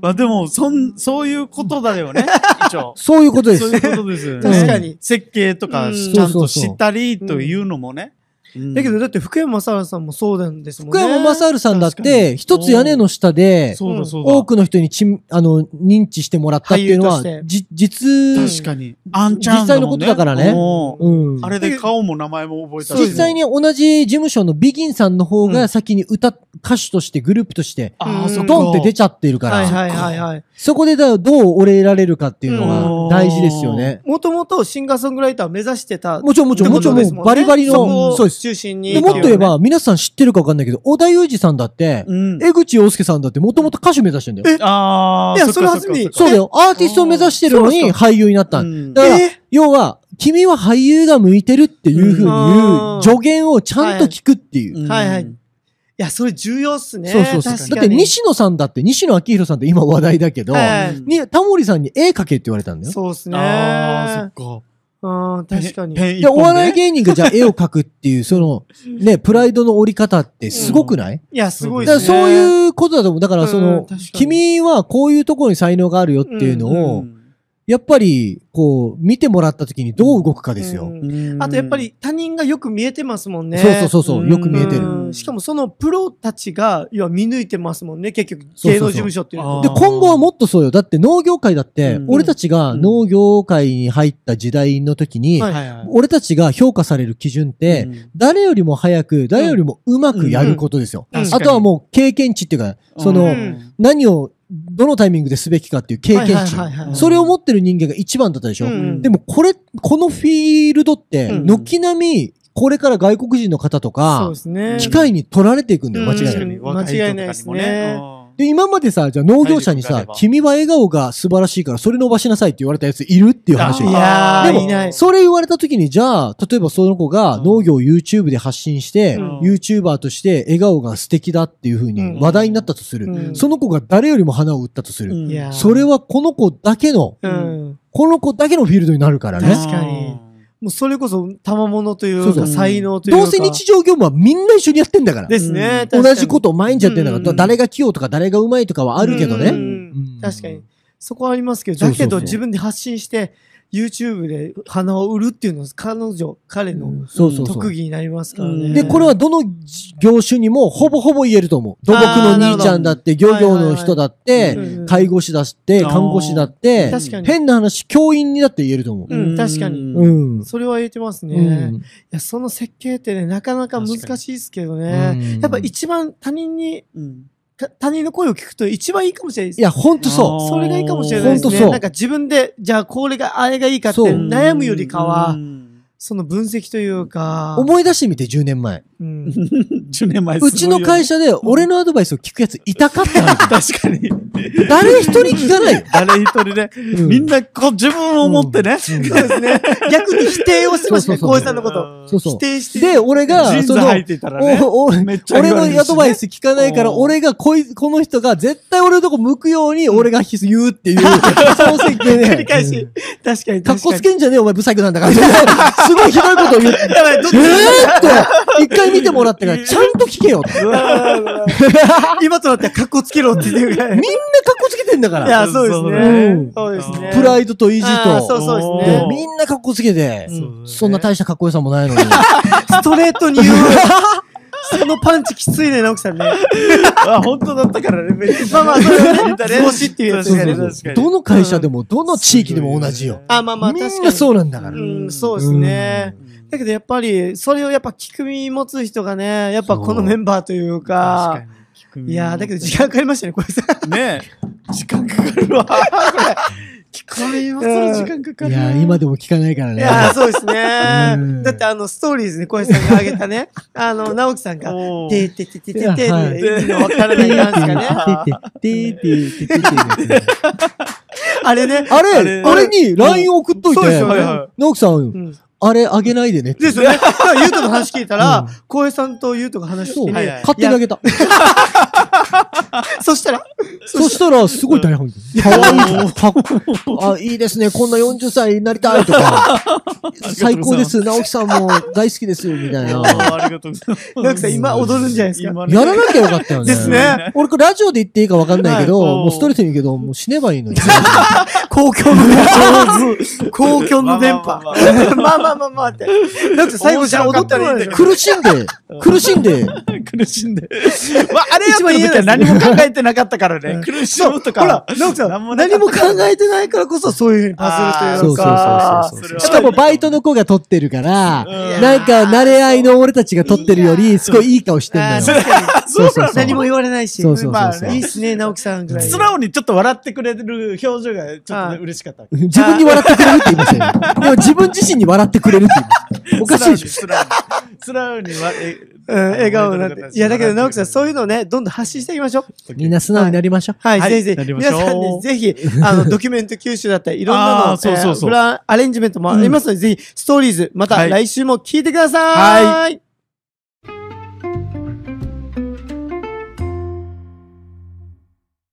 C: まあでも、そん、そういうことだ よね。一応。
B: そういうことで
C: そう
B: す
C: いう。ことですよね。
A: 確かに。
C: 設計とか、
A: うん
C: ちゃんとしたりというのもね。うん
A: だけど、、だって福山雅治さんもそうなんですもん
B: 福
A: ね。
B: 山雅治さんだっ
C: 確か
B: て、一つ屋根の下で、
C: そうだそうだ。
B: 多くの人にちんあの認知してもらったっていうのは
A: 俳優として、
B: じ実、
C: 確かに。あんちゃん、ね。
B: 実際のことだからね
C: おー
B: うん、
C: あれで顔も名前も覚えたし。
B: 実際に同じ事務所のビギンさんの方
A: う
B: が
A: ん
B: 先に歌、歌手としてグループとして、
C: ああ、そっか
B: ドンって出ちゃってるか
A: はい
B: ら、
A: はいはいはい。
B: そこでだどう折れられるかっていうのが大事ですよね。
A: もともとシンガーソングライターを目指してた。
B: もちろんもちろんもちろんもうバリバリ
A: そ
B: の、
A: こ
B: そう
A: を
B: です。
A: 中心に。
B: でもっと言えば、皆さん知ってるかわかんないけど、小田裕二さんだって、
C: うん。
B: 江口洋介さんだってもともと歌手目指してんだよ。
C: ああ。
A: いや
C: っかっかっか
A: それはずに
B: そうだよ。アーティストを目指してるの
A: そう
B: に
A: そう
B: 俳優になった
C: うん
B: だ。だか
C: ん
B: ら
A: え、
B: 要は、君は俳優が向いてるっていうふ
A: う
B: うに言
A: ん
B: う助言をちゃんと聞くっていう。
C: うん
A: はいはいいや、それ重要っすね。
B: そうそうそう。
A: 確か
B: だ
A: に
B: って西野さんだって、西野昭弘さんって今話題だけど、
A: はい
C: うん
B: にタモリさんに絵描けって言われたんだよ。
A: そうっすね。
C: ああ、そっか。
A: うん、確かに。
C: ペン
B: で、お笑い
C: 芸
B: 芸人がじゃあ絵を描くっていう、その、ね、プライドの折り方ってすごくない、
A: いや、すごい
B: だ
A: で
B: から
A: すね。
B: そういうことだと思う。だからその、
A: うん確かに
B: 君はこういうところに才能があるよっていうのを、やっぱり、こう、見てもらった時にどう動くかです
A: う
B: よ。
A: んあとやっぱ、り他人がよく見えてますもんね。
B: そうそうそうそう、
C: うん
B: よく見えてる。
A: うんしかもそのプロたちが、要は見抜いてますもんね、結局、芸能事務所っていうのは
C: あ
B: で、
C: ー
B: 今後はもっとそうよ。だって農業界だって、
C: うん
B: 俺たちが農業界に入った時代の時に、
A: はい
B: 俺たちが評価される基準って、誰よりも早く、誰よりもうまくやることですよ。
A: うんうん
B: あとはもう経験値っていうか、その、
A: うん
B: 何を、どのタイミングですべきかっていう経験値。
A: はいはいはいはい
B: それを持ってる人間が一番だったでしょ。
A: うん
B: でもこれ、このフィールドって、
A: うん
B: 軒並み、これから外国人の方
A: そ
B: と
A: う
B: か
A: で、すね。
B: 機械に取られていくんだよ、間違いな
A: 確か
B: く。
A: に間違いないですね。
B: で、今までさ、じゃあ農業者に
C: 体力があれ
B: さ
C: ば、
B: 君は笑顔が素晴らしいから、それ伸ばしなさいって言われたやついるっていう話
A: い。やー、いない。
B: それ言われた時に、じゃあ、例えばその子が農業を YouTube で発信して、
A: うん
B: YouTuber として笑顔が素敵だっていう風に話題になったとする。
A: うん
B: その子が誰よりも花を売ったとする。
A: いやー
B: それはこの子だけの、
A: うん。
B: この子だけのフィールドになるからね。
A: 確かに。もうそれこそ、賜物とい
B: そううそ
A: か、
B: う
A: 才能という
B: ど
A: か。
B: うせ日常業務はみんな一緒にやってんだから。
A: ですね。確か
B: 同
A: に
B: じことを毎日やってんだから、
A: うん
B: 誰が器用とか誰がうまいとかはあるけどね。
A: うん
B: うん
A: 確かに。そこはありますけど、
B: そ
A: だ
B: うそうそ
A: け
B: う
A: ど自分で発信して、YouTube で花を売るっていうのは、彼女、彼の
B: そうそうそう。
A: 特技になりますから
C: う
A: ね。
C: ん
B: で、これはどの業種にもほぼほぼ言えると思う。土木の兄ちゃんだって、漁業の人だっ
C: い
B: て
A: う、ん、
B: 介護士だって、
C: あー
B: 看護師だって、
A: 確かに。
B: 変な話、教員にだって言えると思う。
A: うん確かに
B: う
C: うん
B: ん。
A: それは言えてますね。
B: うん
A: いや、その設計ってね、なかなか難しいですけど
B: う
A: ね。
B: ん
A: やっぱ一番他人に、た他人の声を聞くと一番いいかもしれないです。
B: いや、ほんとそ
A: それがいいかもしれないです
B: ほんと
A: ね。
B: そう
A: なんか自分で、じゃあこれが、あれがいいかって
B: そう
A: 悩むよりかは、
C: うん
A: その分析というか
B: う。、思い出してみて、10年前。
A: うん
C: 10年前
B: うちの会
C: 社。
B: 社で俺のアドバイスを聞くやついたかった
C: 確かに。
B: 誰一人聞かないよ。
C: 誰一人ね、
B: う
C: みんなこう自分を持ってね。
A: そうですね。 逆に否定をしてましたね、
B: そうそうそう
A: 浩一さんのこと。
B: そうそ
A: 否
B: う。
A: 定して。
B: で、俺が、
C: 人
B: そ
C: 材
B: の、
C: 入ってたらね。
B: おお
C: めっちゃ
B: 俺
C: 言わ
B: の
C: れるしね
B: アドバイス聞かないから、
C: おー
B: 俺がこい、この人が絶対俺のとこ向くように俺が言う っていう、その設計ね。
A: 繰り返し。確かに確かに。
B: かっこつけんじゃねえよお前、ブサイクなんだから。すごいひどいことを言う。え
A: やばい、どっち
B: ーって、一回見てもらったから、ちゃんと聞けよ。
C: う わー
A: 今となってはかっこつけろっていうぐら
B: みん
A: い。
B: なかっこつけてんだか
A: い
B: ら。
A: や、そうですね。そうですね。
B: プライドと意地
A: あーそ
B: と。
A: うそうです
B: で
A: ね。
B: みんなかっこつけて、
C: うん
B: そんな大したかっこよさもないのに。
A: ストレートに言う。 そのパンチきついね、直樹さんね。
C: あ、本当だったからね、めっち
A: ま
C: ゃ
A: あ まあ、それはね、
C: 見たね
A: 図星っていうやつ
C: 確
A: が
C: かに
A: ね。
C: 確かに
B: どの会社でも、どの地域でも同じよ。
A: あ、まあまあ、
B: み
A: 確か
B: ん
A: に。
B: なそうなんだから。
A: うん、そうですね。だけどやっぱり、それをやっぱ聞く身持つ人がね、やっぱこのメンバーという
C: 確
A: か、
C: かに
A: いやー、だけど時間かかりましたね、これさ。
C: ねえ時間かかるわ。これ。聞こえます
A: うん
C: 時間かかる。
B: いやー、今でも聞かないから
A: い
B: ね。
A: やー、そうです
B: う
A: ね
B: ん。
A: だってあの、ストーリーズね、小林さんが上げた ね、あの、直樹さんが、
C: おー
A: てーてててててーって
B: はい
A: 意味のわからないやつがね、
B: てててててててて
A: あれね、
B: あ
C: あ
B: れ、
C: れ
B: あれに LINE 送っとい
A: そうで
B: て
A: すよ、ね
C: はいはい
B: 直樹さ、
A: うんん
B: あれあげないでねって。
A: ですよね。だからゆうとの話聞いた
B: う
A: ら
B: ん、
A: 小林さんとゆうとが話し
B: そう、
A: て
C: はい
A: ね、
C: はい
B: 勝手にあげた。
A: そしたら、
B: そしたら、すごい大反響。かわいい。かっこあ、いいですね。こんな40歳になりたいとか。最高です。直樹さんも大好きですよ、みたい
C: お
B: な。
C: ーありがとうござい ます。
A: 直樹さん今踊るんじゃないですか。
C: 今ね
B: やらなきゃよかったよね。
A: ですね。
B: 俺、これラジオで言っていいかわかんないけど、
C: はい
B: もうストレートに言うけど、もう死ねばいいのに。
A: 公共の電 波。公共の電
C: まあ
A: 波。 まあまあまあまあって。なんか最後じゃあ踊ってもらえないですか
B: 苦しんで、苦しんで、
C: 苦しんで。まあ、あれやってる時は何も 考えてなかったからね。苦しむとか。
A: ほら、直樹さん、
C: 何もな
A: 何
C: かった
A: も考えてないからこそそういうふうにパズルという
B: あー
A: か。
B: そう
C: そうそうそうそう
A: れは
B: しかもバイトの子が撮ってるから、
C: うん
B: なんか慣れ合いの俺たちが撮ってるより、すごいい い顔してんだ
A: あ
B: よ
A: ー。確かに
B: そうそうそう。
A: 何も言われないし。
B: そうそうそうそう
A: まあねいいっすね、直樹さんぐらい。
C: 素直にちょっと笑ってくれる表情がちょっとね嬉しかったわけ。
B: 自分に笑ってくれるって言いましたよ。でも自分自身に笑ってくれるって言いました。おかしいでしょ。
C: 素直に素直に素直にわえ
A: うん、笑顔になって
C: あの。
A: いや、だけど直樹さん、そういう
C: の
A: のをね、どんどん発信していきましょう。
B: みんな素直になりましょう。
A: はい、
C: はい
A: ぜひぜ
C: な
A: ひ。
C: りま
A: 皆
C: しょう
A: さんね、ぜひ、あの、ドキュメント吸収だったり、いろんな
C: あ
A: の、
C: ーそうそうそ
A: え
C: う
A: ーフランアレンジメントもありますので、ぜひ、ストーリーズ、また
C: はい
A: 来週も聞いてください。
C: は
A: はい。